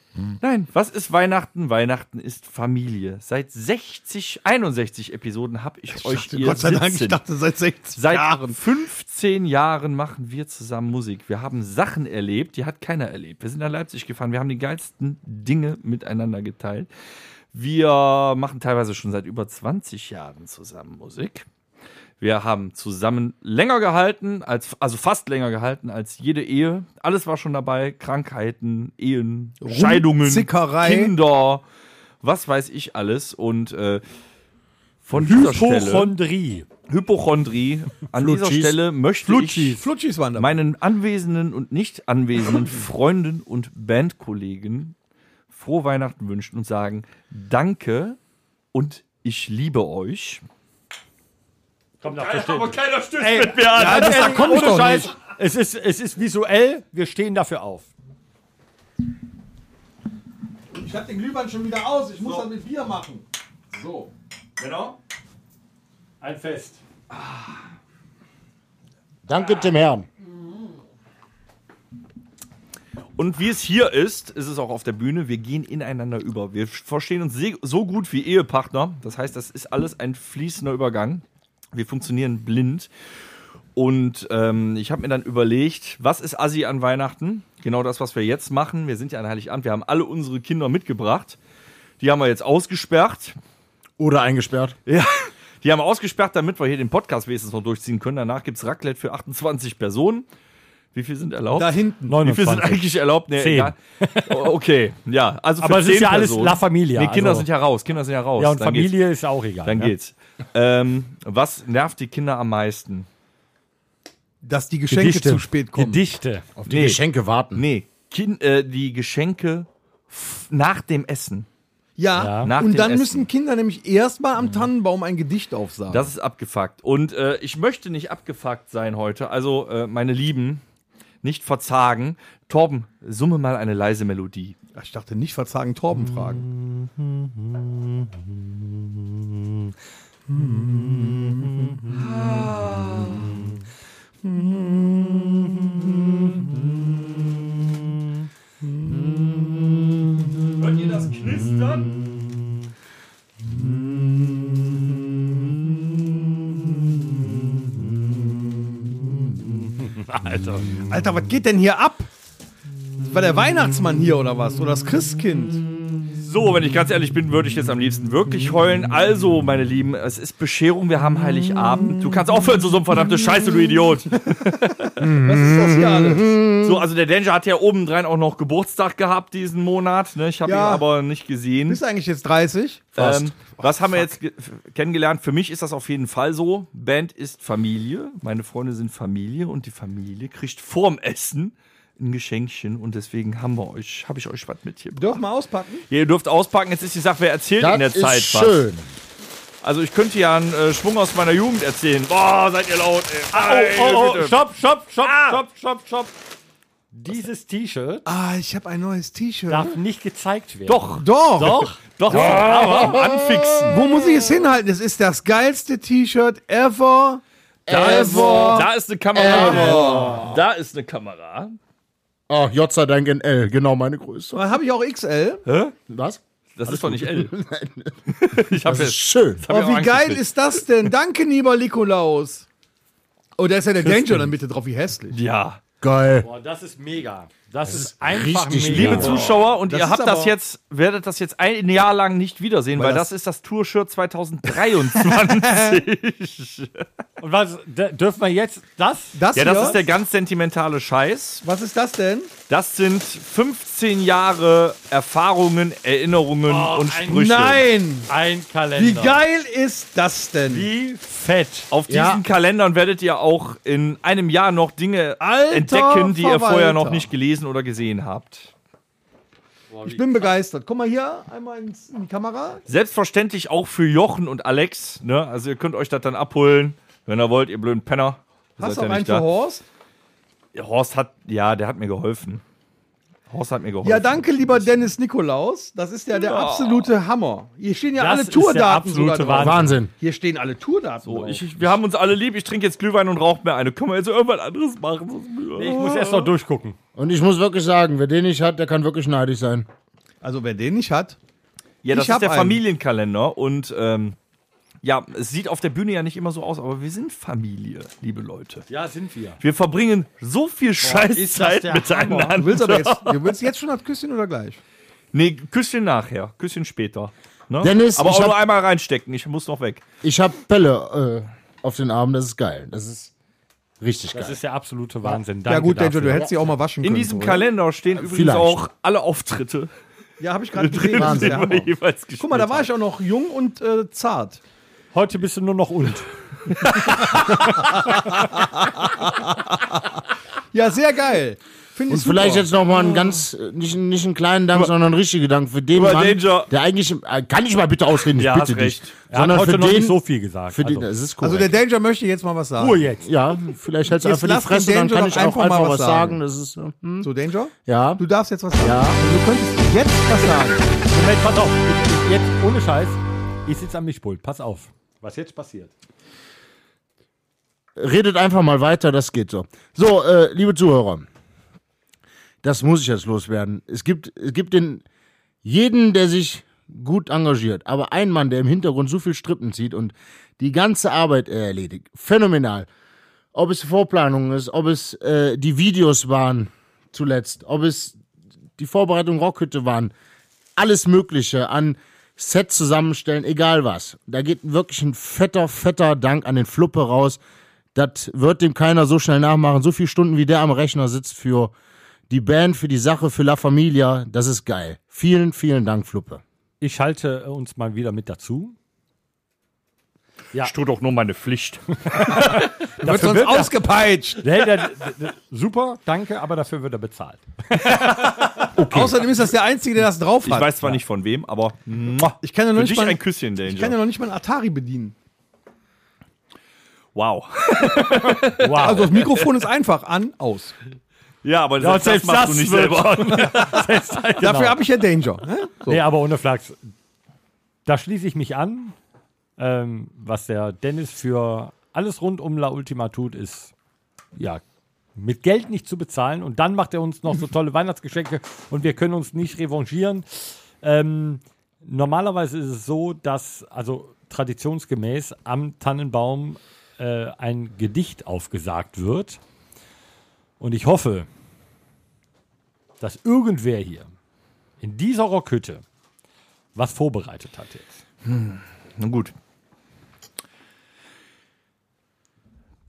Nein, was ist Weihnachten? Weihnachten ist Familie. Seit 60, 61 Episoden habe ich euch hier
Gott sei Dank,
sitzen.
ich dachte seit 60
Seit
Jahren.
15 Jahren machen wir zusammen Musik. Wir haben Sachen erlebt, die hat keiner erlebt. Wir sind nach Leipzig gefahren, wir haben die geilsten Dinge miteinander geteilt. Wir machen teilweise schon seit über 20 Jahren zusammen Musik. Wir haben zusammen länger gehalten, als, also fast länger gehalten als jede Ehe. Alles war schon dabei. Krankheiten, Ehen, Scheidungen,
Rumzickerei.
Kinder, was weiß ich alles. Und äh, von dieser Stelle...
Hypochondrie.
Hypochondrie. An dieser
Flutschis.
Stelle möchte ich
Flutschis waren da.
meinen anwesenden und nicht anwesenden Freunden und Bandkollegen frohe Weihnachten wünschen und sagen Danke und ich liebe euch.
Komm, da versteht.
keiner stößt mit mir an.
Ja,
das- da komm ich
ohne
doch
Scheiß.
nicht.
Es ist, es ist visuell, wir stehen dafür auf.
Ich hab den Glühwein schon wieder aus. Ich muss das mit Bier machen. So.
Genau.
Ein Fest.
Danke dem Herrn.
Und wie es hier ist, ist es auch auf der Bühne. Wir gehen ineinander über. Wir verstehen uns se- so gut wie Ehepartner. Das heißt, das ist alles ein fließender Übergang. Wir funktionieren blind. Und ähm, ich habe mir dann überlegt, was ist Assi an Weihnachten? Genau das, was wir jetzt machen. Wir sind ja an Heiligabend. Wir haben alle unsere Kinder mitgebracht. Die haben wir jetzt ausgesperrt.
Oder eingesperrt.
Ja, die haben wir ausgesperrt, damit wir hier den Podcast wenigstens noch durchziehen können. Danach gibt's Raclette für 28 Personen. Wie viel sind erlaubt?
Da hinten.
Wie viel sind
29.
eigentlich erlaubt? Nee,
Zehn.
egal. O- Okay, ja. Also für
Aber es ist
zehn
ja alles
Personen.
La Familia,
Nee, Kinder
also-
sind ja raus. Kinder sind ja raus.
Ja, und
Dann Geht's.
Familie ist auch egal.
Dann
ne?
geht's. Ähm, was nervt die Kinder am meisten?
Dass die Geschenke zu spät kommen.
Gedichte.
Auf die Geschenke warten.
Nee, Kin äh, die Geschenke f- nach dem Essen.
Ja,
Nach
und
dem
dann
Essen.
müssen Kinder nämlich erstmal am Tannenbaum ein Gedicht aufsagen.
Das ist abgefuckt. Und äh, ich möchte nicht abgefuckt sein heute. Also, äh, meine Lieben, nicht verzagen. Torben, summe mal eine leise Melodie.
ich dachte, nicht verzagen, Torben fragen.
Hört ihr das knistern?
Alter, was geht denn hier ab? War der Weihnachtsmann hier oder was? Oder das Christkind?
So, wenn ich ganz ehrlich bin, würde ich jetzt am liebsten wirklich heulen. Also, meine Lieben, es ist Bescherung, wir haben Heiligabend. Du kannst aufhören zu so einem verdammte Scheiße, du Idiot.
Was ist das hier alles?
So, also der Danger hat ja obendrein auch noch Geburtstag gehabt diesen Monat. Ne? Ich habe
Ja.
ihn aber nicht gesehen.
Bist du eigentlich jetzt 30?
Ähm, was haben wir jetzt ge- f- kennengelernt? Für mich ist das auf jeden Fall so. Band ist Familie. Meine Freunde sind Familie und die Familie kriegt vorm Essen ein Geschenkchen und deswegen haben wir euch, habe ich euch was mitgebracht.
Dürfen wir auspacken?
Ihr dürft auspacken. Jetzt ist die Sache, wer erzählt in der
Das
Zeit
ist schön.
was? Also ich könnte ja einen äh, Schwung aus meiner Jugend erzählen. Boah, seid ihr laut. Ey. Meine Güte.
stopp, stopp, stopp,
Ah.
stopp, stopp, stopp. Dieses T-Shirt
Ah, ich habe ein neues T-Shirt.
darf nicht gezeigt werden.
Doch,
Doch.
Doch,
doch. Aber anfixen.
Wo muss ich es hinhalten? Es ist das geilste T-Shirt ever. Ever.
Da ist eine Kamera. Da ist eine Kamera.
Oh, Gott sei Dank in L, genau meine Größe.
Habe ich auch XL?
Was?
Das ist doch nicht L. ich habe jetzt.
Schön.
hab
Oh,
mir auch
wie
Angst
geil
gekriegt.
ist das denn? Danke, lieber Nikolaus. Oh, da ist ja der Danger in der Mitte drauf. Wie hässlich.
Ja.
Geil.
Boah, Oh, das ist mega. Das, ist einfach
richtig
mega.
Liebe Zuschauer, und
Das
ihr
ist
habt das
aber-
jetzt, werdet das jetzt ein Jahr lang nicht wiedersehen, weil, das,
das-
ist das Tour-Shirt 2023.
Und was d- dürfen wir jetzt das?
Das
ja,
hier?
das ist der ganz sentimentale Scheiß.
Was ist das denn?
Das sind 15 Jahre Erfahrungen, Erinnerungen und
ein-
Sprüche.
Nein!
Ein
Wie
Kalender.
geil ist das denn?
Genau. Wie fett.
Auf diesen
Ja.
Kalendern werdet ihr auch in einem Jahr noch Dinge
Alter
entdecken, die ihr vorher
Verwalter.
noch nicht gelesen oder gesehen habt.
Ich bin begeistert. Guck mal hier einmal ins, in die Kamera.
Selbstverständlich auch für Jochen und Alex. Ne? Also ihr könnt euch das dann abholen, wenn ihr wollt, ihr blöden Penner. Ihr
Hast du
seid
auch
ja
einen
nicht
für
da.
Horst?
Ja, Horst hat, ja, der hat mir geholfen. Horst hat mir geholfen.
Ja, danke, lieber Dennis Nikolaus. Das ist ja der absolute Hammer. Hier stehen ja
Das
alle
ist der
Tourdaten
absolute
sogar drauf.
Wahnsinn.
Wahnsinn.
Hier stehen alle Tourdaten
So,
drauf.
ich, ich- wir haben uns alle lieb. Ich trinke jetzt Glühwein und rauche mir eine. Können wir jetzt irgendwas anderes machen? Sonst-
Ich muss erst noch durchgucken.
Und ich muss wirklich sagen, wer den nicht hat, der kann wirklich neidisch sein.
also, wer den nicht hat,
Ja, das
Ich
ist
hab
der
einen.
Familienkalender und ähm, ja, es sieht auf der Bühne ja nicht immer so aus, aber wir sind Familie, liebe Leute.
Ja, sind wir.
Wir verbringen so viel Scheißzeit
der
miteinander.
du willst aber jetzt, du willst jetzt schon das Küsschen oder gleich?
Nee, Küsschen nachher, Küsschen später. Ne?
Dennis,
aber
ich
auch
hab-
nur einmal reinstecken, ich muss noch weg.
Ich habe Pelle äh, auf den Armen, das ist geil. Das ist richtig
Das
geil.
ist der absolute Wahnsinn. Danke
Ja, gut, Danger,
dafür.
du hättest sie auch mal waschen
In
können.
diesem
so, oder?
Kalender stehen übrigens
vielleicht.
auch alle Auftritte,
Ja, habe ich gerade gesehen. Das ist der
die wir
Hammer.
jeweils gespielt
Guck mal, da war ich auch noch jung und äh, zart.
Heute bist du nur noch und.
Ja, sehr geil. Finde
Und
ich super.
vielleicht jetzt nochmal einen ganz, äh, nicht, nicht einen kleinen Dank, sondern einen richtigen Dank für den
Über
Mann,
Danger.
der eigentlich, im- äh, kann ich mal bitte ausreden, ich
Ja,
bitte
hast
dich.
recht.
Er hat
Sondern
heute
für
noch
den,
nicht so viel gesagt.
für den,
also,
das ist cool.
also, der Danger möchte jetzt mal was sagen.
Ruhe jetzt.
ja, vielleicht hältst du
Jetzt
einfach die
lass den
Fresse, dann
Danger
kann
doch
ich auch
einfach mal
einfach was
was
sagen.
sagen.
Das ist, äh, hm,
So, Danger?
ja.
Du darfst jetzt was sagen.
Ja.
Du könntest jetzt was sagen.
Moment, pass auf. Ich, ich, jetzt, ohne Scheiß. Ich sitze am Mischpult. Pass auf. Was jetzt passiert?
redet einfach mal weiter, das geht so. So, äh, liebe Zuhörer, das muss ich jetzt loswerden. Es gibt, es gibt den, jeden, der sich gut engagiert, aber ein Mann, der im Hintergrund so viel Strippen zieht und die ganze Arbeit äh, erledigt, phänomenal. Ob es Vorplanung ist, ob es äh, die Videos waren zuletzt, ob es die Vorbereitung Rockhütte waren, alles Mögliche an Set zusammenstellen, egal was. Da geht wirklich ein fetter, fetter Dank an den Fluppe raus. Das wird dem keiner so schnell nachmachen. So viele Stunden, wie der am Rechner sitzt für die Band, für die Sache, für La Familia. Das ist geil. Vielen, vielen Dank, Fluppe.
Ich halte äh, uns mal wieder mit dazu.
Ich tue doch nur meine Pflicht.
Du wirst sonst ausgepeitscht.
Nee, der, der, der, super, danke, aber dafür wird er bezahlt.
Außerdem ist das der Einzige, der das drauf
Ich
hat.
weiß zwar nicht von wem, aber muah.
Ich kann ja noch
für
nicht
dich
mal-
ein Küsschen, Danger.
ich kann ja noch nicht mal einen Atari bedienen.
wow.
Wow.
Also das Mikrofon ist einfach an, aus.
Ja, aber
Ja,
selbst, das machst du nicht
wird-
selber.
selbst, genau.
Dafür habe ich ja Danger. Ne?
Nee, aber ohne Flachs. Da schließe ich mich an. Ähm, was der Dennis für alles rund um La Ultima tut, ist ja mit Geld nicht zu bezahlen. Und dann macht er uns noch so tolle Weihnachtsgeschenke und wir können uns nicht revanchieren. Ähm, normalerweise ist es so, dass also traditionsgemäß am Tannenbaum äh, ein Gedicht aufgesagt wird. Und ich hoffe, dass irgendwer hier in dieser Rockhütte was vorbereitet hat jetzt.
Na gut.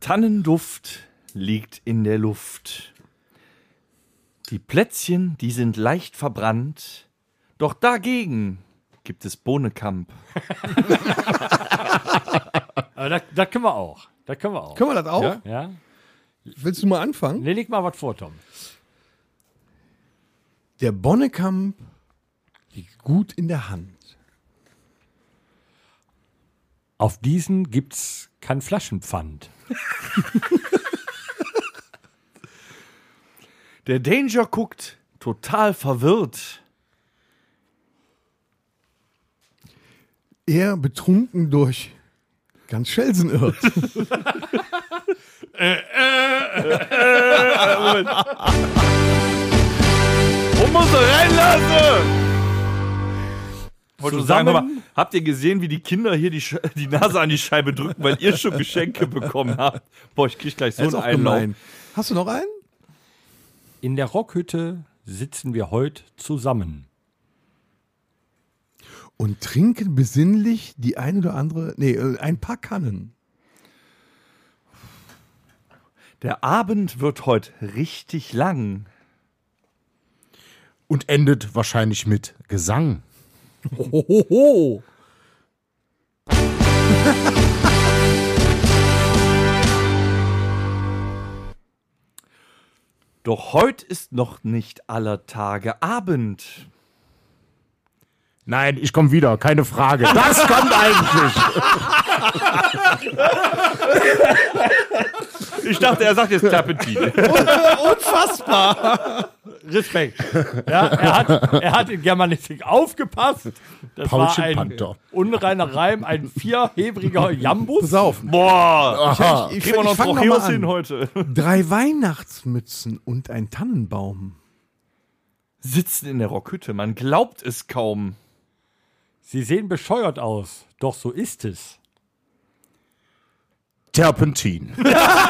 Tannenduft liegt in der Luft. Die Plätzchen, die sind leicht verbrannt, doch dagegen gibt es Bohnekamp.
Aber Äh, da, da können wir auch. Da können wir auch.
Können wir das auch?
Ja?
Willst du mal anfangen?
Nee, leg mal was vor, Tom.
Der Bonnekamp liegt gut in der Hand.
Auf diesen gibt's kein Flaschenpfand.
Der Danger guckt total verwirrt.
Er betrunken durch ganz Schelsen irrt.
Und muss reinlassen! Wollte schon sagen,
Zusammen-
hör mal, habt ihr gesehen, wie die Kinder hier die, Sch die Nase an die Scheibe drücken, weil ihr schon Geschenke bekommen habt? Boah, ich krieg gleich so einen Einlauf.
Hast du noch einen?
In der Rockhütte sitzen wir heute zusammen.
Und trinken besinnlich die ein oder andere, nee, äh, ein paar Kannen.
Der Abend wird heute richtig lang.
Und endet wahrscheinlich mit Gesang.
Hohoho!
Doch heute ist noch nicht aller Tage Abend.
Nein, ich komme wieder, keine Frage. Das kommt eigentlich.
Ich dachte, er sagt jetzt Terpentin.
Respekt. Ja, er, hat, er hat in Germanistik aufgepasst. Das war ein
Paulchen-Panther.
unreiner Reim, ein vierhebriger Jambus.
Pass auf,
Boah,
ich, ich,
Ah, kriegen wir
ich
noch
fang
einen
noch mal
Trocheus hin
an.
heute.
Drei Weihnachtsmützen und ein Tannenbaum.
Sitzen in der Rockhütte, man glaubt es kaum.
Sie sehen bescheuert aus, doch so ist es.
Terpentin.
Ah,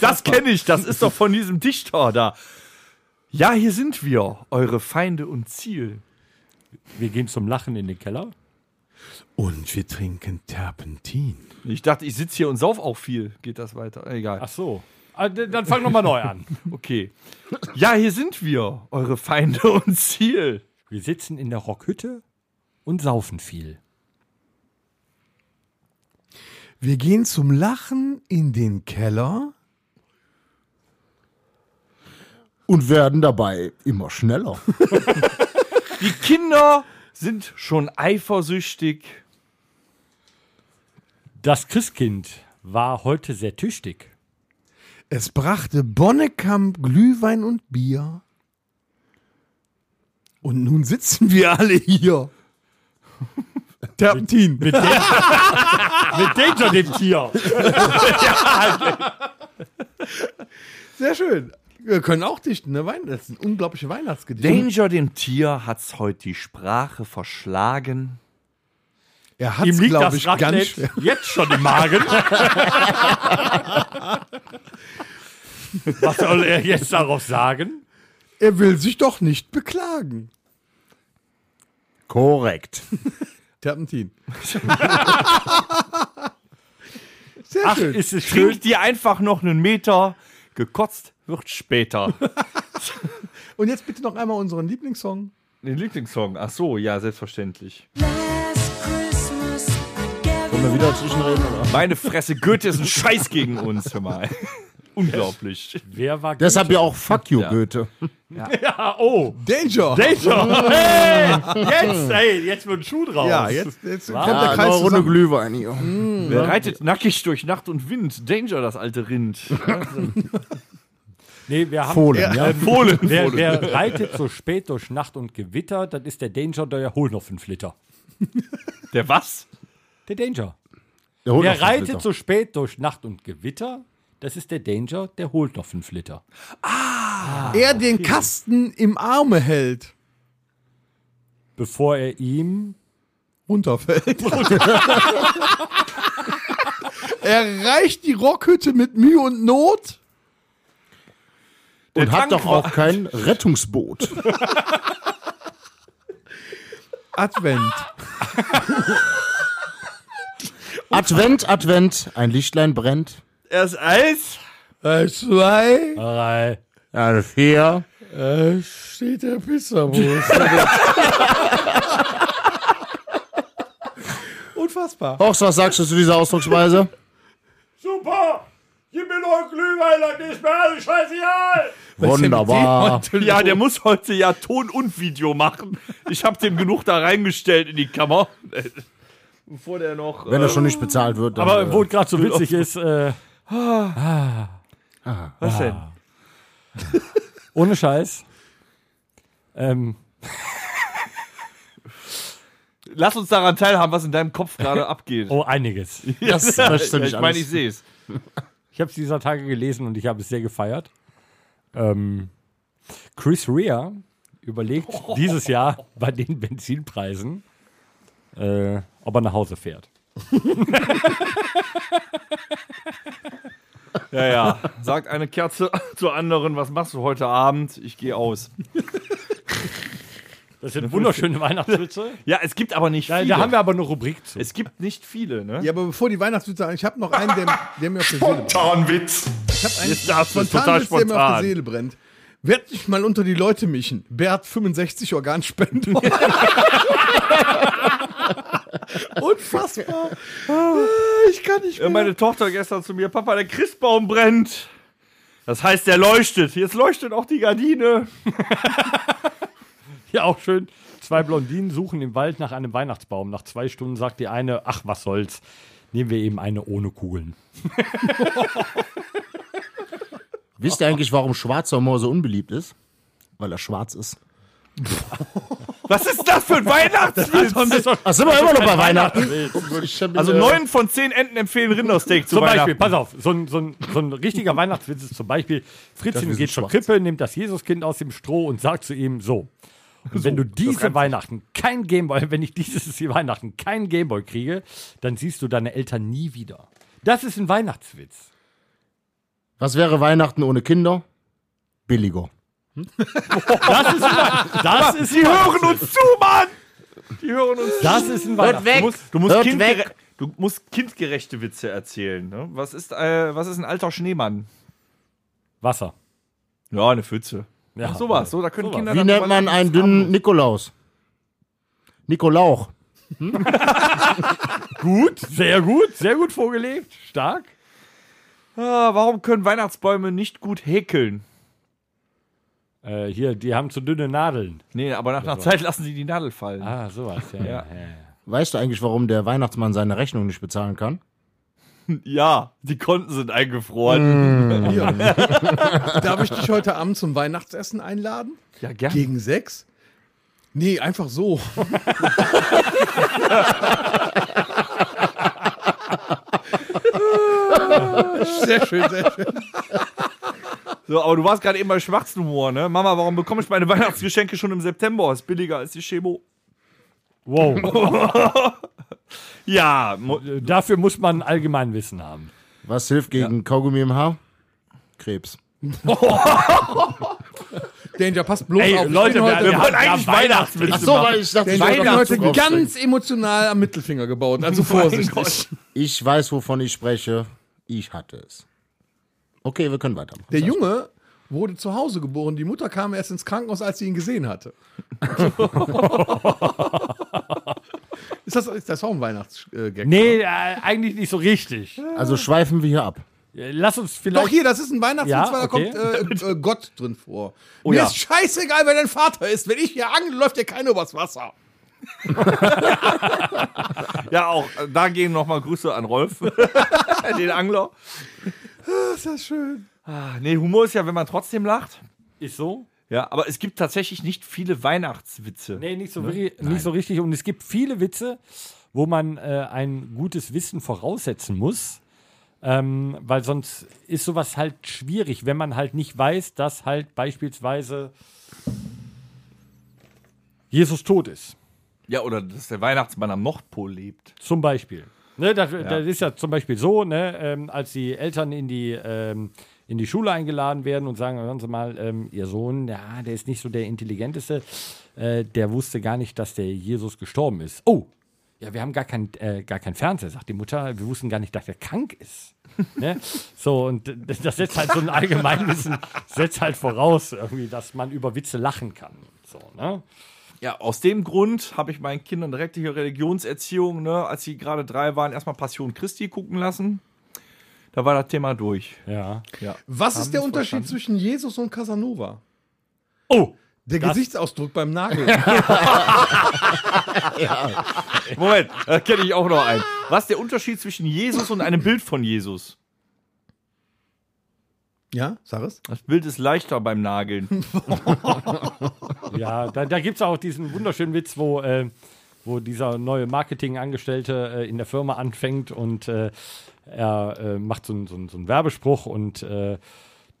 Das kenne ich, das ist doch von diesem Dichter da. Ja, hier sind wir, eure Feinde und Ziel.
Wir gehen zum Lachen in den Keller.
Und wir trinken Terpentin.
Ich dachte, ich sitze hier und sauf auch viel. Geht das weiter? Egal.
Ach so. Ah, d- Dann fang nochmal neu an.
Okay. Ja, hier sind wir, eure Feinde und Ziel.
Wir sitzen in der Rockhütte und saufen viel.
Wir gehen zum Lachen in den Keller.
Und werden dabei immer schneller.
Die Kinder sind schon eifersüchtig.
Das Christkind war heute sehr tüchtig.
Es brachte Bonnekamp, Glühwein und Bier. Und nun sitzen wir alle hier. Terpentin.
Mit Danger, dem Tier.
Sehr schön. Wir können auch dichten. Ne? Weihn- Das sind unglaubliche Weihnachtsgedichte.
Danger dem Tier hat's heute die Sprache verschlagen.
er hat
Ihm liegt
glaube
das
ich, ganz
Raclette
schwer.
jetzt schon im Magen. Was soll er jetzt darauf sagen?
Er will sich doch nicht beklagen.
Korrekt.
Terpentin. Sehr
Ach,
schön.
ist es schön.
Trinkt dir einfach noch einen Meter. Gekotzt wird später.
Und jetzt bitte noch einmal unseren Lieblingssong.
Den Lieblingssong. Ach so, ja, selbstverständlich.
Sollen
Mal wieder zwischenreden, oder?
Meine Fresse, Goethe ist ein Scheiß gegen uns, hör mal. Unglaublich.
Wer war
Deshalb ja auch Fuck you,
Ja.
Goethe.
Ah, oh,
Danger.
Danger. Hey, jetzt, hey, jetzt wird ein Schuh draus.
ja, jetzt, jetzt kommt
Ja,
der
noch eine
Kreis
Runde
zusammen.
Glühwein hier.
Wer reitet nackig durch Nacht und Wind? Danger, das alte Rind.
Nee, wir haben
Fohlen, ja.
Ähm, Wer, wer reitet so spät durch Nacht und Gewitter, dann ist der Danger der Hohlnoffenflitter.
Der was?
Der Danger.
Der, holt noch
Wer
fünf
reitet
Liter.
so spät durch Nacht und Gewitter? Das ist der Danger, der holt noch fünf Liter.
er den Kasten im Arme hält.
Bevor er ihm.
Runterfällt. er reicht die Rockhütte mit Mühe und Not.
Und hat doch auch kein Rettungsboot.
Advent.
Advent, Advent, ein Lichtlein brennt.
Erst eins.
Bei Äh, zwei
Drei.
Eine vier.
äh, steht der Pizzabrust. Unfassbar.
Horst, was sagst du zu dieser Ausdrucksweise?
Super! Gib mir noch einen Glühwein, dann ist mir alles scheißegal!
Wunderbar.
Ja, der muss heute ja Ton und Video machen. Ich hab dem genug da reingestellt in die Kammer. Bevor der noch.
Wenn er schon nicht bezahlt wird, dann.
Aber wo
äh,
es gerade so witzig ist, äh,
was denn?
ohne Scheiß. Ähm,
Lass uns daran teilhaben, was in deinem Kopf gerade abgeht.
oh, einiges.
das möchte
ich meine, ich sehe es.
Ich habe es dieser Tage gelesen und ich habe es sehr gefeiert. Ähm, Chris Rea überlegt dieses Jahr bei den Benzinpreisen, äh, ob er nach Hause fährt.
Ja, ja. Sagt eine Kerze zur anderen, was machst du heute Abend? Ich gehe aus.
Das sind wunderschöne Weihnachtswitze.
Ja, es gibt aber nicht
Da,
viele.
da haben wir aber eine Rubrik zu.
es gibt nicht viele, ne?
Ja, aber bevor die Weihnachtswitze, ich habe noch einen, der, der mir auf der Seele brennt.
Tarnwitz.
Jetzt darfst du es
Spontan,
total
ist der mir auf der
spontan.
Seele brennt. Werd dich mal unter die Leute mischen. Bert 65 Organspender. Unfassbar. Ich kann nicht
Ah. Äh, Meine Tochter gestern zu mir, Papa, der Christbaum brennt. Das heißt, der leuchtet. Jetzt leuchtet auch die Gardine.
Ja, auch schön. Zwei Blondinen suchen im Wald nach einem Weihnachtsbaum. Nach zwei Stunden sagt die eine, ach, was soll's. Nehmen wir eben eine ohne Kugeln.
Wisst ihr eigentlich, warum schwarzer Humor so unbeliebt ist? Weil er schwarz ist.
Was ist das für ein Weihnachtswitz?
Ach, sind wir immer noch bei Weihnachten?
Also neun von zehn Enten empfehlen Rindersteak zu
Zum Beispiel,
Weihnachten.
pass auf, so ein, so ein, so ein richtiger Weihnachtswitz ist zum Beispiel, Fritzchen geht zur Krippe, nimmt das Jesuskind aus dem Stroh und sagt zu ihm so. Und wenn du diese Weihnachten kein Gameboy, wenn ich dieses hier Weihnachten kein Gameboy kriege, dann siehst du deine Eltern nie wieder. Das ist ein Weihnachtswitz.
Was wäre Weihnachten ohne Kinder? Billiger.
Das ist ein, Wei- das ist
Die hören uns zu, Mann! Die hören uns zu.
das ist ein Weihnachtswitz.
Du musst, du musst,
Hört
kindgere-
weg.
du musst kindgerechte Witze erzählen. Ne? Was, ist, äh, was ist ein alter Schneemann?
Wasser.
Ja, eine Pfütze.
Ja.
Ach, sowas. So, da können
Sowas.
Kinder
Wie
dann
nennt
drüber
man
lachen.
einen dünnen Nikolaus? Nikolauch.
Gut, sehr gut, sehr gut vorgelegt. Stark.
Ah, warum können Weihnachtsbäume nicht gut häkeln?
Äh, hier, die haben zu dünne Nadeln.
Nee, aber nach einer Zeit lassen sie die Nadel fallen.
Ah, sowas, ja. ja.
Weißt du eigentlich, warum der Weihnachtsmann seine Rechnung nicht bezahlen kann?
Ja, die Konten sind eingefroren.
Darf ich dich heute Abend zum Weihnachtsessen einladen?
Ja, gerne.
Gegen sechs? Nee, einfach so. sehr schön, sehr schön.
So, aber du warst gerade eben bei Schwachsnumor, ne? Mama, warum bekomme ich meine Weihnachtsgeschenke schon im September? Ist billiger als die Chemo.
Wow.
Ja, mo-
Dafür muss man allgemein Wissen haben.
Was hilft gegen Kaugummi im Haar? Krebs.
Danger, passt bloß auf. Ich bin heute,
wir wollen eigentlich Weihnachtswitze machen.
ich dachte,
Danger, ich bin heute ganz emotional am Mittelfinger gebaut. Also vorsichtig.
Ich weiß, wovon ich spreche. Ich hatte es. Okay, wir können weitermachen.
Der Junge wurde zu Hause geboren. Die Mutter kam erst ins Krankenhaus, als sie ihn gesehen hatte. ist, das, ist das auch ein Weihnachtsgag?
Nee, äh, eigentlich nicht so richtig.
Also schweifen wir hier ab.
Äh, Lass uns
Doch
vielleicht.
hier, das ist ein Weihnachtswitz,
Ja,
weil
okay. Oh
da kommt äh, äh, Gott drin vor. Mir ist scheißegal, wer dein Vater ist. Wenn ich hier angle, läuft der keine übers Wasser.
Ja, auch äh, da gehen nochmal Grüße an Rolf, den Angler.
Ist das schön.
Ah, Nee, Humor ist ja, wenn man trotzdem lacht.
Ist so?
Ja, aber es gibt tatsächlich nicht viele Weihnachtswitze.
Nee, nicht so, ri- nicht so richtig. Und es gibt viele Witze, wo man äh, ein gutes Wissen voraussetzen muss. Ähm, weil sonst ist sowas halt schwierig, wenn man halt nicht weiß, dass halt beispielsweise Jesus tot ist.
Ja, oder dass der Weihnachtsmann am Nordpol lebt.
Zum Beispiel. Ne, das, das ist ja zum Beispiel so, ne, ähm, als die Eltern in die, ähm, in die Schule eingeladen werden und sagen, hören Sie mal, ähm, Ihr Sohn, ja, der ist nicht so der Intelligenteste, äh, der wusste gar nicht, dass der Jesus gestorben ist. Oh, ja, wir haben gar keinen äh, gar kein Fernseher, sagt die Mutter, wir wussten gar nicht, dass er krank ist. ne? So, und d- das setzt halt so ein Allgemeinwissen, setzt halt voraus, irgendwie, dass man über Witze lachen kann. So, ne?
Ja, aus dem Grund habe ich meinen Kindern direkt hier Religionserziehung, ne, als sie gerade drei waren, erstmal Passion Christi gucken lassen. Da war das Thema durch.
Ja.
Was ist der Unterschied zwischen Jesus und Casanova?
Oh!
Der Gesichtsausdruck beim Nagel.
Moment, da kenne ich auch noch einen. Was ist der Unterschied zwischen Jesus und einem Bild von Jesus?
ja, sag es.
Das Bild ist leichter beim Nageln.
Ja, da, da gibt es auch diesen wunderschönen Witz, wo, äh, wo dieser neue Marketingangestellte äh, in der Firma anfängt und äh, er äh, macht so, einen- so, einen- so einen Werbespruch und äh,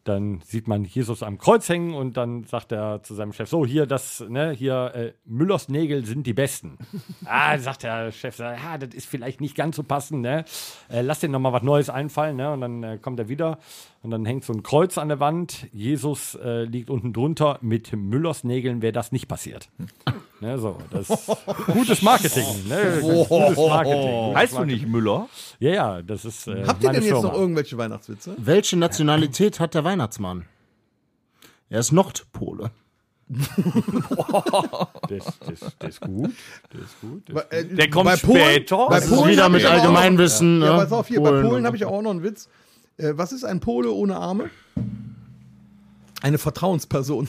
dann sieht man Jesus am Kreuz hängen und dann sagt er zu seinem Chef, so hier, das, ne, hier, äh, Müllers Nägel sind die besten. ah, sagt der Chef, ja, das ist vielleicht nicht ganz so passend, ne? Äh, lass dir nochmal was Neues einfallen, ne? Und dann äh, kommt er wieder und dann hängt so ein Kreuz an der Wand. Jesus äh, liegt unten drunter. Mit Müllers Nägeln wäre das nicht passiert. ne, so, das gutes Marketing, ne? Gutes Marketing.
Heißt du nicht Müller?
Ja, ja, das ist. Äh,
Habt ihr
meine
denn jetzt
Firma.
noch irgendwelche Weihnachtswitze?
Welche Nationalität hat der Weihnachtsmann? Er ist Nordpole.
Das, das, das ist gut. Das ist gut. Das
Der
kommt später.
äh, Bei
Das ist
Polen
wieder
hab
mit
ich aber auch-
Allgemeinwissen.
Ja,
ne?
pass auf, hier, bei Polen habe ich auch noch einen Witz. Äh, was ist ein Pole ohne Arme? Eine Vertrauensperson.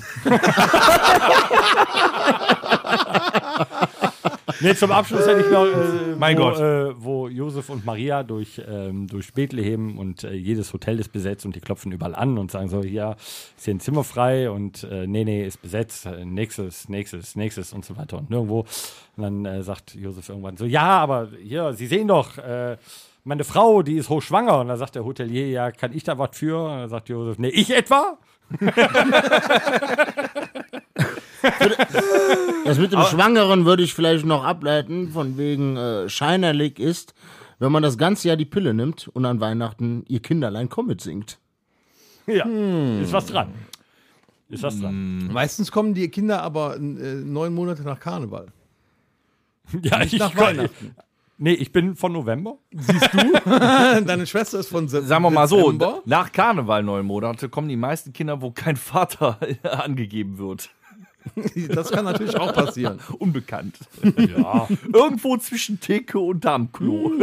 Nee, zum Abschluss hätte ich noch, äh,
Mein
wo,
Gott.
Äh, wo Josef und Maria durch, ähm, durch Bethlehem und äh, jedes Hotel ist besetzt und die klopfen überall an und sagen so, hier ist hier ein Zimmer frei und äh, nee, nee, ist besetzt, äh, nächstes, nächstes, nächstes und so weiter und nirgendwo. Und dann äh, sagt Josef irgendwann so, ja, aber hier, Sie sehen doch, äh, meine Frau, die ist hochschwanger. Und da sagt der Hotelier, ja, kann ich da was für? Und dann sagt Josef, nee, ich etwa?
Das mit dem Schwangeren würde ich vielleicht noch ableiten, von wegen äh, scheinerlich ist, wenn man das ganze Jahr die Pille nimmt und an Weihnachten ihr Kinderlein Comet singt.
Ja, ist was dran. Ist was dran.
Meistens kommen die Kinder aber äh, neun Monate nach Karneval.
Ja, ich,
Nach Weihnachten.
nee, ich bin von November.
Deine Schwester ist von Se-
Sagen wir mal so,
Dezember.
nach Karneval neun Monate kommen die meisten Kinder, wo kein Vater angegeben wird.
Das kann natürlich auch passieren.
Unbekannt. Ja. Irgendwo zwischen Theke und Darmklo.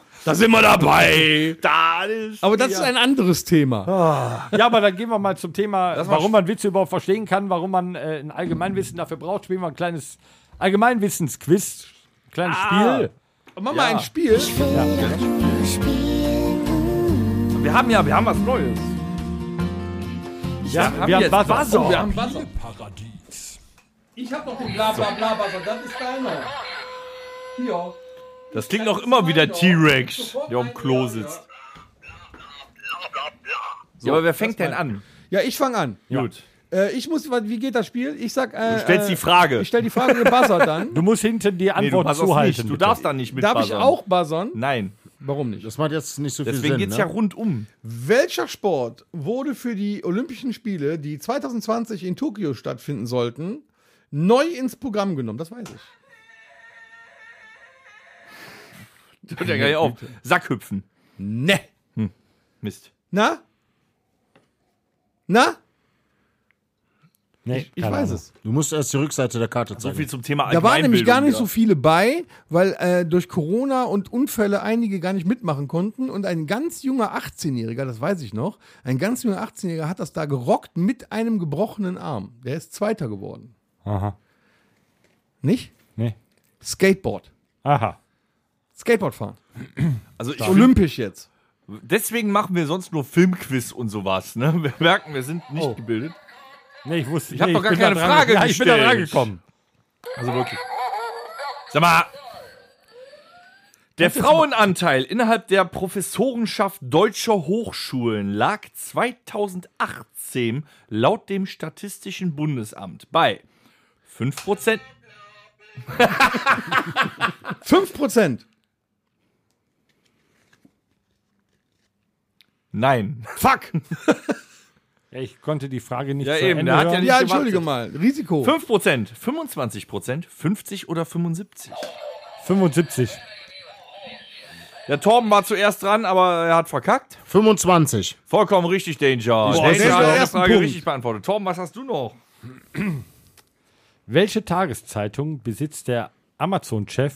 da sind wir dabei. Hm. Da ist.
Aber das ist ein anderes Thema.
Ja, aber dann gehen wir mal zum Thema, warum man Witze überhaupt verstehen kann, warum man äh, ein Allgemeinwissen dafür braucht. Spielen wir ein kleines Allgemeinwissensquiz. Ein kleines
Ah.
Spiel.
Mach mal ein Spiel.
Wir haben ja, wir haben was Neues.
Ja,
haben jetzt Buzzer.
Oh,
Wir
wir
haben
haben
Paradies.
Ich hab noch den Blablabla, aber das ist deiner. Hier.
Das klingt auch immer wie der T-Rex, der am Klo sitzt. ja, aber wer fängt denn an?
Ja, ich fange an.
Gut.
Äh, ich muss, wa- wie geht das Spiel? Ich sag, äh, du
stellst
äh,
die Frage.
Ich stell die Frage gebuzzert dann.
Du musst hinten die
Nee, du,
Antwort
pass auf
zuhalten.
nicht. du
bitte.
darfst da nicht mit
Darf ich auch buzzern?
Nein.
Warum nicht?
Das macht jetzt nicht so viel
Deswegen
Sinn.
geht's
ne?
ja rundum.
Welcher Sport wurde für die Olympischen Spiele, die 2020 in Tokio stattfinden sollten, neu ins Programm genommen? Das weiß ich.
Das hört ja gar nicht auf. Sackhüpfen.
Ne.
Mist.
Na? Na?
Nee,
Ich
keine
weiß
Ahnung.
es.
du musst erst die Rückseite der Karte
So
zeigen.
viel zum Thema
Da waren nämlich gar nicht so
Allgemeinbildung,
viele bei, weil äh, durch Corona und Unfälle einige gar nicht mitmachen konnten. Und ein ganz junger 18-Jähriger, das weiß ich noch, ein ganz junger 18-Jähriger hat das da gerockt mit einem gebrochenen Arm. Der ist Zweiter geworden.
Aha.
Nicht?
Nee.
Skateboard.
Aha.
Skateboard fahren.
ja. Also ich find,
Olympisch jetzt.
Oh. deswegen machen wir sonst nur Filmquiz und sowas. Ne? Wir merken, wir sind nicht gebildet.
Nee, ich wusste
Ich hab doch gar
bin da
keine
dran-
Frage
Ja, ich bin da
gestellt.
rangekommen.
Also wirklich. Sag mal. Der Frauenanteil innerhalb der Professorenschaft deutscher Hochschulen lag 2018 laut dem Statistischen Bundesamt bei 5%.
5%.
Nein. Fuck!
Ja, ich konnte die Frage nicht
Ja,
zu
eben,
Ende
der hat ja
hören.
nicht-
Ja, entschuldige mal. Risiko.
5%, 25%, 50 oder 75?
75.
Der Torben war zuerst dran, aber er hat verkackt.
25.
Vollkommen richtig, Danger. Danger
das ist der
hat die
erste
Frage
Punkt.
richtig beantwortet. Torben, was hast du noch?
Welche Tageszeitung besitzt der Amazon-Chef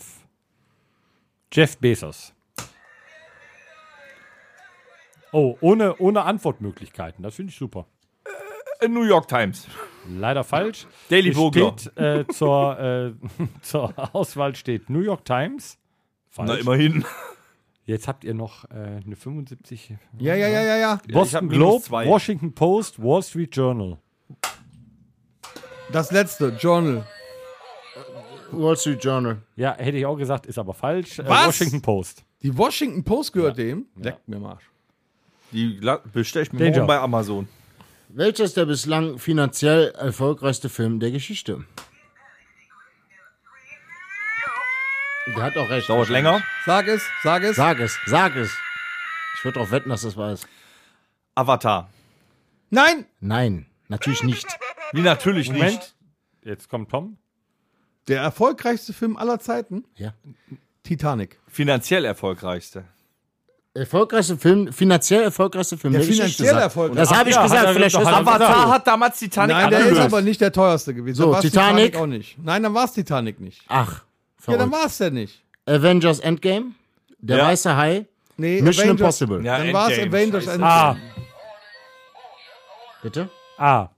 Jeff Bezos? Oh, ohne, ohne Antwortmöglichkeiten. Das finde ich super.
Äh, New York Times.
Leider falsch.
Daily
Es
Vogler.
Steht, äh, zur, äh, zur Auswahl steht New York Times. Falsch.
Na, immerhin.
Jetzt habt ihr noch äh, eine 75.
Ja, ja, ja, ja, ja.
hab
Boston
minus
Globe,
zwei.
Washington Post, Wall Street Journal.
Das letzte, Journal.
Wall Street Journal.
Ja, hätte ich auch gesagt, ist aber falsch. Äh,
Was?
Washington Post.
Die Washington Post gehört dem. Leckt mir Marsch.
Die bestelle ich mir
Danger.
morgen bei Amazon.
Welcher ist der bislang finanziell erfolgreichste Film der Geschichte? Der hat auch recht.
Dauert länger.
Sag es, sag es.
Sag es, sag es. Ich würde auch wetten, dass das weiß.
Avatar.
Nein!
Nein, natürlich nicht.
Wie natürlich nicht.
Jetzt kommt Tom.
Der erfolgreichste Film aller Zeiten?
Ja.
Titanic.
Finanziell erfolgreichste.
Erfolgreichste Film, finanziell erfolgreichste Film
Der
der, Geschichte.
finanziell
sagt-
erfolgreichste.
Das habe ich
Ja, hat
gesagt.
er
Vielleicht
doch-
ist
hat er
aber
gesagt.
Avatar hat damals Titanic
Nein, der ist
abgelöst.
aber nicht der teuerste gewesen.
So,
Dann war's
Titanic?
auch nicht. Nein, dann war es Titanic nicht.
Ach,
Ja, dann
verrückt.
war es der nicht.
Avengers Endgame, Der
Ja.
weiße Hai,
Nee,
Mission
Avengers-
Impossible.
Ja,
Dann war es
Endgame,
Avengers
scheiße.
Endgame.
A.
Bitte?
A.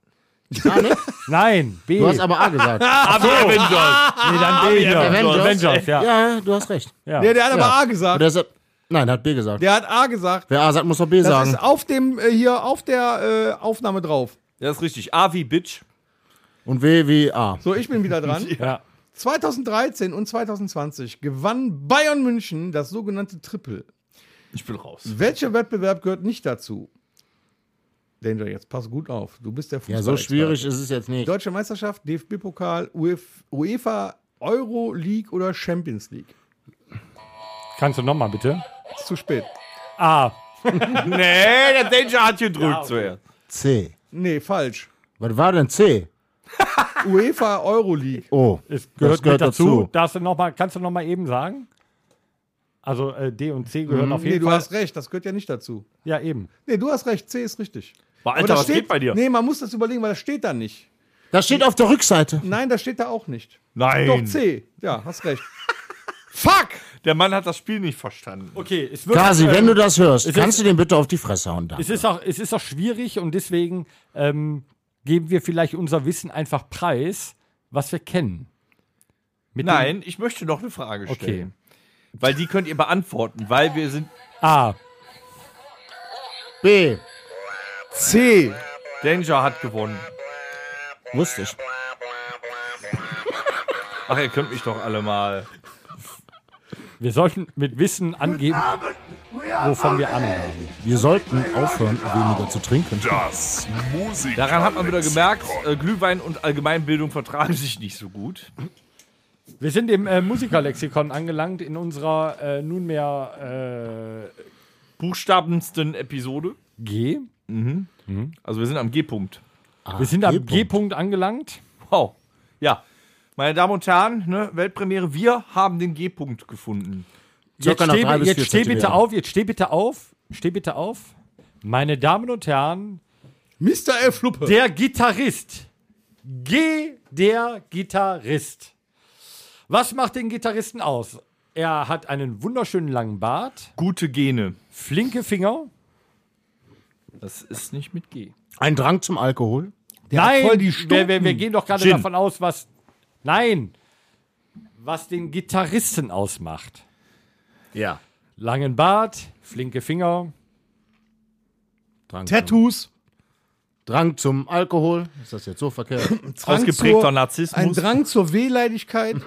Titanic?
ah. Nein, B.
Du hast aber A gesagt.
nee, dann B hier.
Avengers.
Ah, Avengers, ja.
Ja, du hast recht.
ja.
Nee, der hat aber
Ah. Ja.
A gesagt.
Oder ist er, nein, er hat B gesagt.
Der hat A gesagt.
Wer A sagt, muss doch B
Das
sagen.
ist auf dem äh, hier auf der äh, Aufnahme drauf.
Das ist richtig. A wie Bitch.
Und W wie A.
So, ich bin wieder dran.
Ja.
2013 und 2020 gewann Bayern München das sogenannte Triple.
Ich bin raus.
Welcher Wettbewerb gehört nicht dazu? Danger, jetzt pass gut auf. Du bist der Fußball.
Ja, so schwierig ist es jetzt nicht.
Deutsche Meisterschaft, DFB-Pokal, Uef- UEFA, Euro League oder Champions League?
Kannst du nochmal bitte?
Ist zu spät.
A.
Nee, der Danger hat gedrückt zuerst.
C.
Nee, falsch.
Was war denn C?
UEFA Euro League.
Oh,
Es gehört, mit dazu. Darfst du noch mal, kannst du nochmal eben sagen? Also äh, D und C gehören auf
Nee,
jeden
du
Fall.
hast recht, das gehört ja nicht dazu.
ja, eben.
Nee, du hast recht, C ist richtig.
Boah,
Aber
Alter,
das
was geht bei dir?
Nee, man muss das überlegen, weil das steht da nicht.
Das steht auf der Rückseite.
Nein, das steht da auch nicht.
Nein.
Doch C. Ja, hast recht.
Fuck! Der Mann hat das Spiel nicht verstanden.
Okay, es wird.
Kasi, wenn du das hörst,
es
kannst du den bitte auf die Fresse hauen. Danke.
Es ist auch, es ist auch schwierig und deswegen ähm, geben wir vielleicht unser Wissen einfach preis, was wir kennen. Mit dem-
Nein, ich möchte noch eine Frage
Okay.
stellen. Weil die könnt ihr beantworten, weil wir sind.
A.
B.
C.
Danger hat gewonnen.
Wusste ich.
Ach, ihr könnt mich doch alle mal.
Wir sollten mit Wissen angeben, wovon wir anhaben.
Wir sollten aufhören, weniger zu trinken.
Das Musik.
Daran hat man wieder gemerkt, äh, Glühwein und Allgemeinbildung vertragen sich nicht so gut.
Wir sind im äh, Musikerlexikon angelangt in unserer äh, nunmehr äh,
Buchstabensten Episode.
G.
Also wir sind am G-Punkt.
Wir sind am
G-Punkt.
G-Punkt angelangt.
Wow. Ja. Meine Damen und Herren, ne, Weltpremiere, wir haben den G-Punkt gefunden.
Circa
Jetzt
nach
steh,
drei bis
jetzt
vier
steh bitte
Zentimeter.
auf, jetzt steh bitte auf, steh bitte auf. Meine Damen und Herren,
Mr. F. Luppe.
Der Gitarrist. G. Der Gitarrist. Was macht den Gitarristen aus? Er hat einen wunderschönen langen Bart,
Gute Gene.
flinke Finger.
Das ist nicht mit G.
Ein Drang zum Alkohol.
Nein,
voll die
wir, wir, wir
Stumpen.
gehen doch gerade
Gin.
davon aus, was. Nein, was den Gitarristen ausmacht.
Ja.
Langen Bart, flinke Finger. Mhm.
Tattoos.
Drang zum Alkohol. Ist das jetzt so verkehrt?
Drang
Ausgeprägter
zur-
Narzissmus.
Ein Drang zur Wehleidigkeit.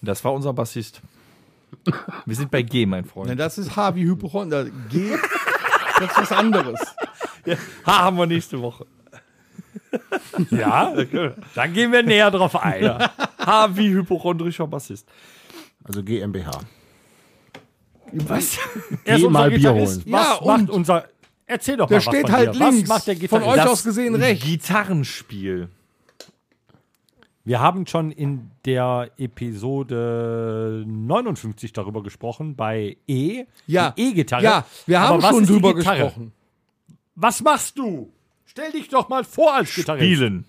Das war unser Bassist. Wir sind bei G, mein
Na,
Freund.
das ist H wie Hypochonder. G. Das ist was anderes.
Ha, haben wir nächste Woche.
Ja, dann gehen wir näher drauf ein.
Ha, wie hypochondrischer Bassist.
Also GmbH.
Was?
Er ist
Geh
unser
mal Bier
Gitarrist.
holen.
Was
Ja, und-
macht unser. Erzähl doch
Der
mal. was
steht
von
halt
dir.
links.
Was macht der
Von
Gitarrist?
euch
Das-
aus gesehen rechts.
Gitarrenspiel.
Wir haben schon in der Episode 59 darüber gesprochen, bei E.
Ja.
Die E-Gitarre.
Ja, wir haben
Aber was
schon
ist die
drüber
Gitarre?
gesprochen.
Was machst du? Stell dich doch mal vor als Gitarrist.
Spielen.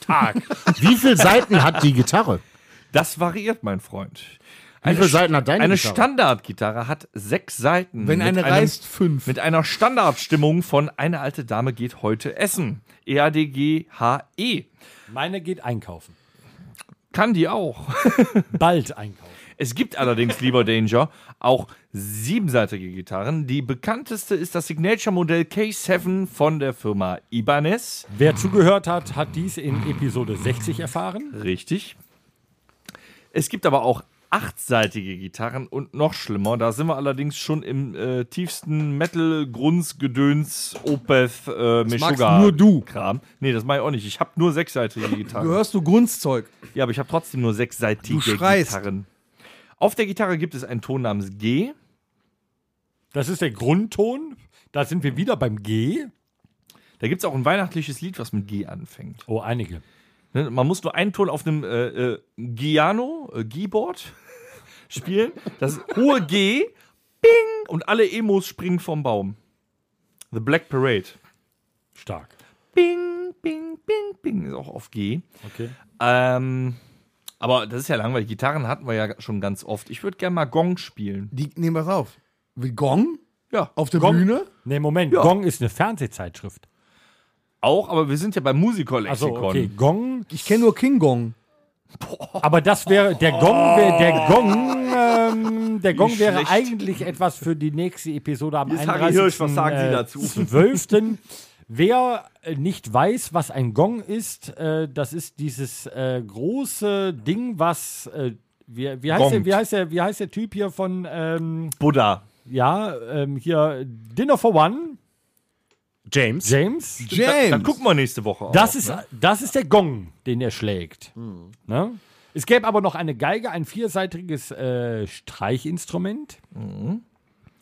Tag.
Wie viele Seiten hat die Gitarre?
Das variiert, mein Freund. Eine
viele
Sch-
Seiten hat deine
Eine
Gitarre?
Standardgitarre hat sechs Seiten.
Wenn
mit
eine
einem-
reißt, fünf.
Mit einer Standardstimmung von Eine alte Dame geht heute essen. E E-A-D-G-H-E.
Meine geht einkaufen.
Kann die auch.
Bald einkaufen.
Es gibt allerdings, lieber Danger, auch siebenseitige Gitarren. Die bekannteste ist das Signature-Modell K7 von der Firma Ibanez.
Wer zugehört hat, hat dies in Episode 60 erfahren.
Richtig. Es gibt aber auch achtseitige Gitarren und noch schlimmer, da sind wir allerdings schon im äh, tiefsten Metal, Grunz, Gedöns, Opeth, äh, Meshuggah.
nur du.
Kram. Nee, das mache ich auch nicht. Ich habe nur sechsseitige Gitarren.
Du hörst du Grunzzeug.
Ja, aber ich habe trotzdem nur sechsseitige
Du schreist.
Gitarren. Auf der Gitarre gibt es einen Ton namens G.
Das ist der Grundton. Da sind wir wieder beim G.
Da gibt es auch ein weihnachtliches Lied, was mit G anfängt.
Oh, einige.
Ne, Man muss nur einen Ton auf einem äh, äh, Giano, äh, Keyboard spielen. Das hohe G, bing, und alle Emos springen vom Baum. The Black Parade.
Stark.
Bing, bing, bing, bing, ist auch auf G.
Okay.
Ähm, aber das ist ja langweilig. Gitarren hatten wir ja schon ganz oft. Ich würde gerne mal Gong spielen.
Die nehmen was auf. Wie Gong
Ja,
auf der
Gong
Bühne.
Nee, Moment. Gong ist eine Fernsehzeitschrift.
Auch, aber wir sind ja beim
Also,
Musikerlexikon.
okay. Gong.
Ich kenne nur King Gong.
Aber das wäre. Der Gong, wär, der Gong, ähm, der Gong wäre
schlecht.
eigentlich etwas für die nächste Episode am
Hier ist Harry Hirsch, was sagen Sie
äh,
dazu?
12. Wer äh, nicht weiß, was ein Gong ist, äh, das ist dieses äh, große Ding, was. Äh, wie, wie, heißt der,
Gongt.
wie, heißt der, wie heißt der Typ hier von. Ähm,
Buddha.
ja, ähm, hier Dinner for One,
James.
James.
James.
Dann gucken wir nächste Woche.
Das
auch,
ist,
Ne? Hm.
das ist der Gong, den er schlägt. Ne? Es gäbe aber noch eine Geige, ein vierseitiges äh, Streichinstrument.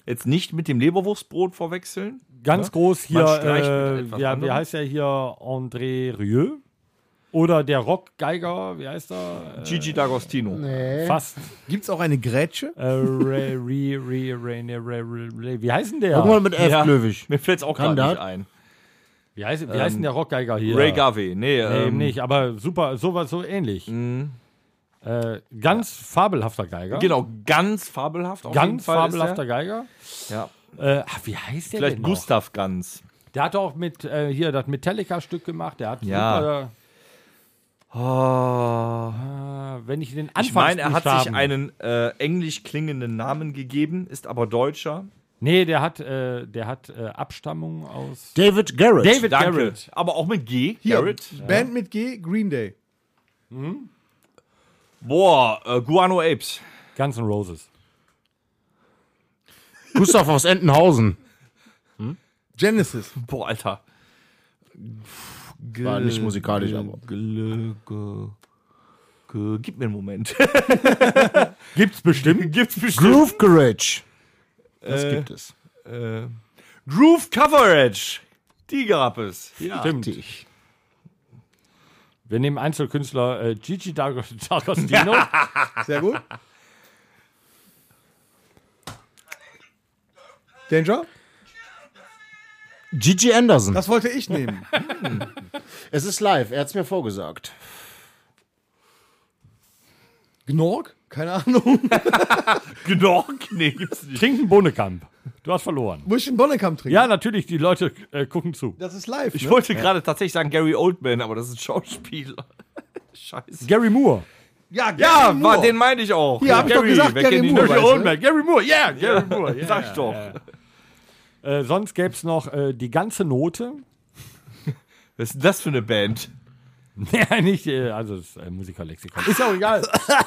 Jetzt nicht mit dem Leberwurstbrot verwechseln.
Ganz groß hier,
Ne? Man streicht mit
äh,
etwas
ja, wie
anderem.
heißt er hier? André Rieu. Oder der Rockgeiger, wie heißt er?
Gigi D'Agostino.
Äh, Fast.
Gibt es auch eine Grätsche?
Äh, re, re, re, re, ne, re, re, re, wie heißt denn
Irgendwann
der?
mit elf
Ja.
Klöwig.
Mir fällt es auch
Kann
gerade nicht
das?
ein.
Wie heißt, wie heißt denn der Rockgeiger hier?
Ähm, Ray Garvey. Nee,
Nee,
ähm,
eben nicht, aber super, sowas so ähnlich. Äh, ganz fabelhafter Geiger.
Mhm. Genau, ganz fabelhaft. Auf jeden
Ganz
Fall
fabelhafter Genau.
Ist
Geiger.
der. Ja.
Äh, ach, wie heißt der
Vielleicht
denn noch?
Gustav Ganz.
Der hat auch mit äh, hier das Metallica-Stück gemacht. Der hat
Ja.
super,
Oh.
äh, wenn ich den
Ich meine, er hat sich
Anfangsbuchstaben-
einen äh, englisch klingenden Namen gegeben, ist aber Deutscher.
Nee, der hat, äh, der hat äh, Abstammung aus.
David Garrett.
David
Danke.
Garrett.
Aber auch mit G.
Hier,
Garrett.
Band mit G, Green Day.
Boah, äh, Guano Apes.
Guns N' Roses.
Gustav aus Entenhausen.
Genesis.
Boah, Alter.
War nicht musikalisch, aber.
Gl- gl- gl- Gib mir einen Moment.
Gibt's bestimmt.
Gibt's bestimmt.
Groove Garage. Das gibt es.
Äh, Groove Coverage. Die gab es.
Stimmt. Wir nehmen Einzelkünstler äh, Gigi D'Ag- D'Agostino.
Sehr gut. Danger?
Gigi Anderson.
Das wollte ich nehmen.
es ist live. Er hat es mir vorgesagt.
Gnork? Keine Ahnung.
Genau. Nee, gibt's nicht.
Tinken Bohnekamp. Du hast verloren.
Muss ich einen Bonnekamp trinken?
Ja, natürlich, die Leute äh, gucken zu.
Das ist live.
Ich
ne?
wollte gerade tatsächlich sagen Gary Oldman, aber das ist ein Schauspieler. Scheiße.
Gary Moore.
Ja,
Ja,
Gary
war,
Moore.
den meinte ich auch.
Hier, hab ich doch gesagt,
wer
Gary
kennt ihn
Moore,
nicht?
weißt du?
Gary Moore, ja, Gary Moore. Sag ich doch.
Äh, sonst gäbe es noch äh, die ganze Note.
Was ist denn das für eine Band?
Ja, nicht, äh, also das äh, Musikerlexikon. Ist ja auch egal.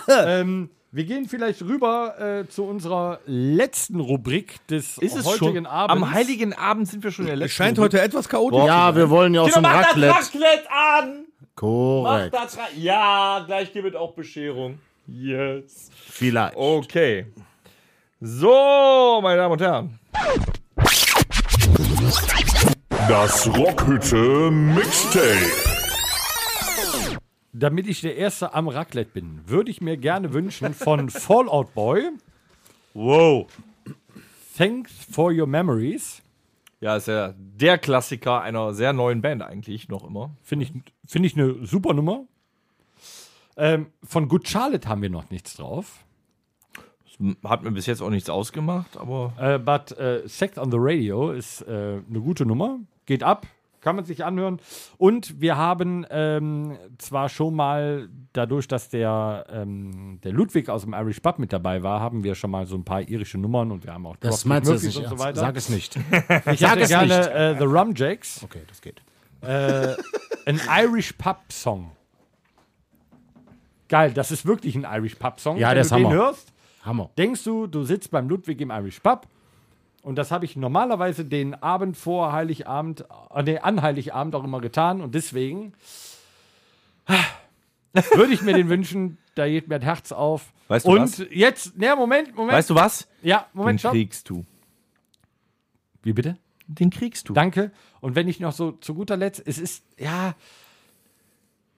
ähm, wir gehen vielleicht rüber äh, zu unserer letzten Rubrik des
Ist es
heutigen
schon?
Abends.
Am heiligen Abend sind wir schon in der letzten.
Scheint heute etwas chaotisch.
Ja, wir wollen ja auch
Kinder,
zum
mach das
Raclette.
Raclette an! Mach
Korrekt.
das Ra Ja, gleich gibt es auch Bescherung. Yes.
Vielleicht.
Oh.
Okay. So, meine Damen und Herren.
Das Rockhütte Mixtape.
Damit ich der Erste am Raclette bin, würde ich mir gerne wünschen von Fallout Boy. Wow. Thanks for your memories.
Ja, ist ja der Klassiker einer sehr neuen Band eigentlich noch immer.
Finde ich, find ich eine super Nummer. Ähm, von Good Charlotte haben wir noch nichts drauf.
Hat mir bis jetzt auch nichts ausgemacht, aber
Äh, but äh, Sex on the Radio ist äh, eine gute Nummer. Geht ab, kann man sich anhören. Und wir haben ähm, zwar schon mal, dadurch, dass der, ähm, der Ludwig aus dem Irish Pub mit dabei war, haben wir schon mal so ein paar irische Nummern und wir haben auch
Das
Dropkick
meinst du jetzt
Murphys
nicht.
und so
ernst.
weiter.
Sag es nicht.
ich sag
es
gerne
nicht.
Äh, The Rumjacks,
Okay, das geht.
ein Irish Pub Song. Geil, das ist wirklich ein Irish Pub Song.
Ja,
Wenn
der ist
du den
Hammer.
hörst,
Hammer.
denkst du, du sitzt beim Ludwig im Irish Pub und das habe ich normalerweise den Abend vor Heiligabend, äh, nee, an Heiligabend auch immer getan und deswegen ah, würde ich mir den wünschen, da geht mir ein Herz auf.
Weißt du
und
was?
jetzt, ne, Moment, Moment.
weißt du was?
ja,
Den
Moment, stopp.
kriegst du.
Wie bitte?
Den kriegst du.
Danke. Und wenn ich noch so zu guter Letzt, es ist, ja,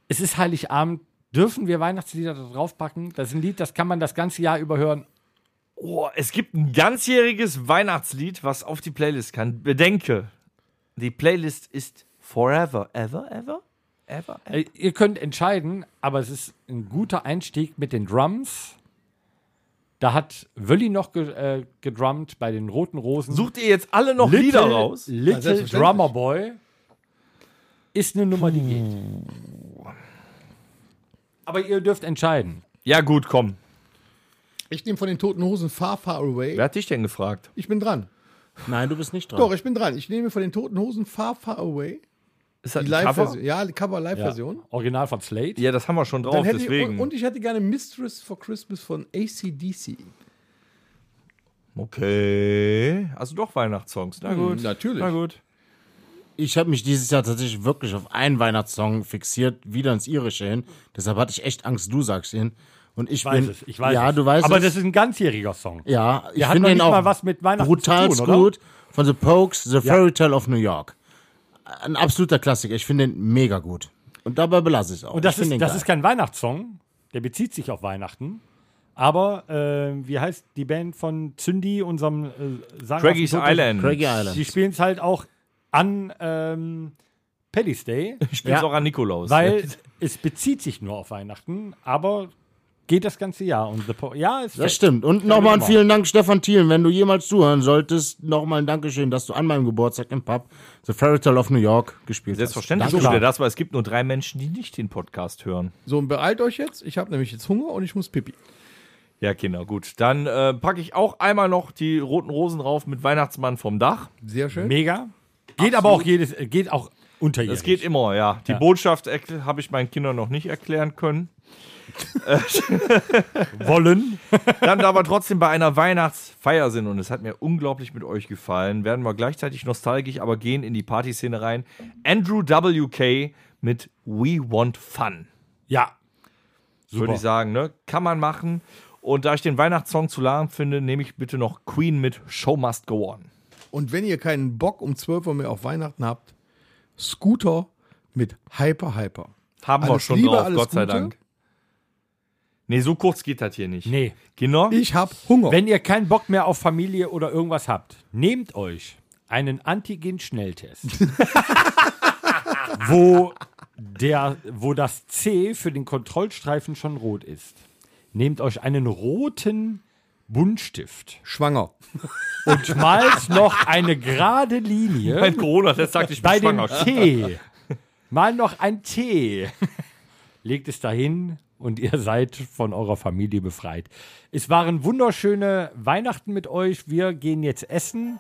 es ist Heiligabend. Dürfen wir Weihnachtslieder da draufpacken? Das ist ein Lied, das kann man das ganze Jahr über hören.
Oh, es gibt ein ganzjähriges Weihnachtslied, was auf die Playlist kann. Bedenke, die Playlist ist forever, ever, ever, ever. ever.
Äh, Ihr könnt entscheiden, aber es ist ein guter Einstieg mit den Drums. Da hat Wölli noch ge äh, gedrummt bei den Roten Rosen.
Sucht ihr jetzt alle noch
Little-
Lieder raus?
Little
selbstverständlich.
Drummer Boy ist eine Nummer, die geht. Aber ihr dürft entscheiden.
Ja gut, komm.
Ich nehme von den toten Hosen Far Far Away.
Wer hat dich denn gefragt?
Ich bin dran.
Nein, du bist nicht dran.
Doch, ich bin dran. Ich nehme von den toten Hosen Far Far Away.
Ist das
Die
ein Cover?
Live-Version. Ja, die Cover-Live-Version.
Original von Slate.
Ja, das haben wir schon
Dann
drauf,
hätte
deswegen.
Ich, und ich hätte gerne Mistress for Christmas von ACDC.
okay. Also doch Weihnachtssongs. Na gut.
Mm, natürlich.
Na gut.
Ich habe mich dieses Jahr tatsächlich wirklich auf einen Weihnachtssong fixiert, wieder ins Irische hin. Deshalb hatte ich echt Angst, du sagst ihn. Und ich
Ich weiß
bin,
es, ich weiß
ja,
es.
du weißt
aber
es.
das ist ein ganzjähriger Song.
ja, ich
hat
finde
noch
ihn
nicht
auch
mal was mit Weihnachten
brutal
zu tun, oder?
gut von The Pokes, The Fairy Tale of New York. Ein absoluter Klassiker. Ich finde ihn mega gut. Und dabei belasse ich es auch.
Und das,
ich finde
ist,
ihn
das
geil.
ist kein Weihnachtssong, der bezieht sich auf Weihnachten. Aber äh, wie heißt die Band von Zündi, unserem äh, Sänger
Craigies
aus dem Toten-
Island.
Craigie
Die
Island.
spielen es halt auch an ähm, Paddy's Day,
Ich spiel's
Ja.
auch an Nikolaus.
weil es bezieht sich nur auf Weihnachten, aber geht das ganze Jahr. Und the Po- ja, es
Das stimmt. Und nochmal einen vielen Dank, Stefan Thielen. Wenn du jemals zuhören solltest, nochmal ein Dankeschön, dass du an meinem Geburtstag im Pub The Fairy Tale of New York gespielt
Selbstverständlich
hast.
tut er
Danke.
das, weil es gibt nur drei Menschen, die nicht den Podcast hören.
So, und beeilt euch jetzt. Ich habe nämlich jetzt Hunger und ich muss pipi.
Ja, Kinder, gut. Dann äh, packe ich auch einmal noch die roten Rosen rauf mit Weihnachtsmann vom Dach.
Sehr schön.
mega. Geht aber auch jedes, äh, geht auch unterjährig.
Das geht immer, ja. Die Botschaft erkl- habe ich meinen Kindern noch nicht erklären können.
wollen.
Dann, da wir trotzdem bei einer Weihnachtsfeier sind und es hat mir unglaublich mit euch gefallen, werden wir gleichzeitig nostalgisch, aber gehen in die Partyszene rein. Andrew W.K. mit We Want Fun.
Ja,
würde ich sagen. Ne? Kann man machen. Und da ich den Weihnachtssong zu lahm finde, nehme ich bitte noch Queen mit Show Must Go On.
Und wenn ihr keinen Bock um 12 Uhr mehr auf Weihnachten habt, Scooter mit Hyper Hyper.
Haben wir
Alles
schon
Liebe,
drauf,
alles
Gott sei
Gute.
Dank. Nee, so kurz geht das hier nicht.
Nee.
Genau.
Ich hab Hunger.
Wenn ihr keinen Bock mehr auf Familie oder irgendwas habt, nehmt euch einen Antigen-Schnelltest, wo, der, wo das C für den Kontrollstreifen schon rot ist. Nehmt euch einen roten Buntstift
Schwanger.
und malt noch eine gerade Linie
Mein Corona, das sagt ich bin
bei dem
schwanger.
T. Mal noch ein T. Legt es dahin und ihr seid von eurer Familie befreit. Es waren wunderschöne Weihnachten mit euch. Wir gehen jetzt essen.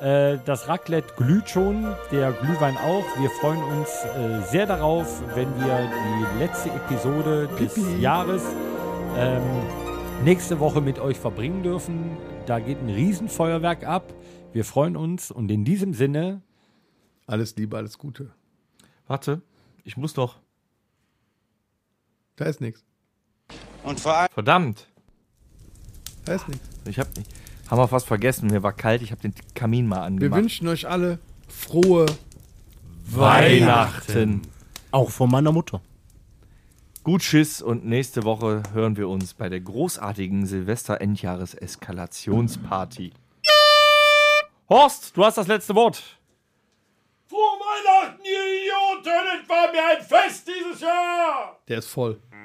Äh, das Raclette glüht schon, der Glühwein auch. Wir freuen uns äh, sehr darauf, wenn wir die letzte Episode des Jahres ähm, nächste Woche mit euch verbringen dürfen. Da geht ein Riesenfeuerwerk ab. Wir freuen uns und in diesem Sinne
Alles Liebe, alles Gute.
Warte, ich muss noch.
Da ist nichts.
Und vor allem
Verdammt.
Da ist nichts.
Ich hab, haben wir fast vergessen. Mir war kalt. Ich habe den Kamin mal
Wir
angemacht.
wünschen euch alle frohe
Weihnachten.
Auch von meiner Mutter.
Gut Schiss und nächste Woche hören wir uns bei der großartigen Silvester-Endjahres-Eskalationsparty. Horst, du hast das letzte Wort.
Frohe Weihnachten, ihr Idioten! Es war mir ein Fest dieses Jahr!
Der ist voll.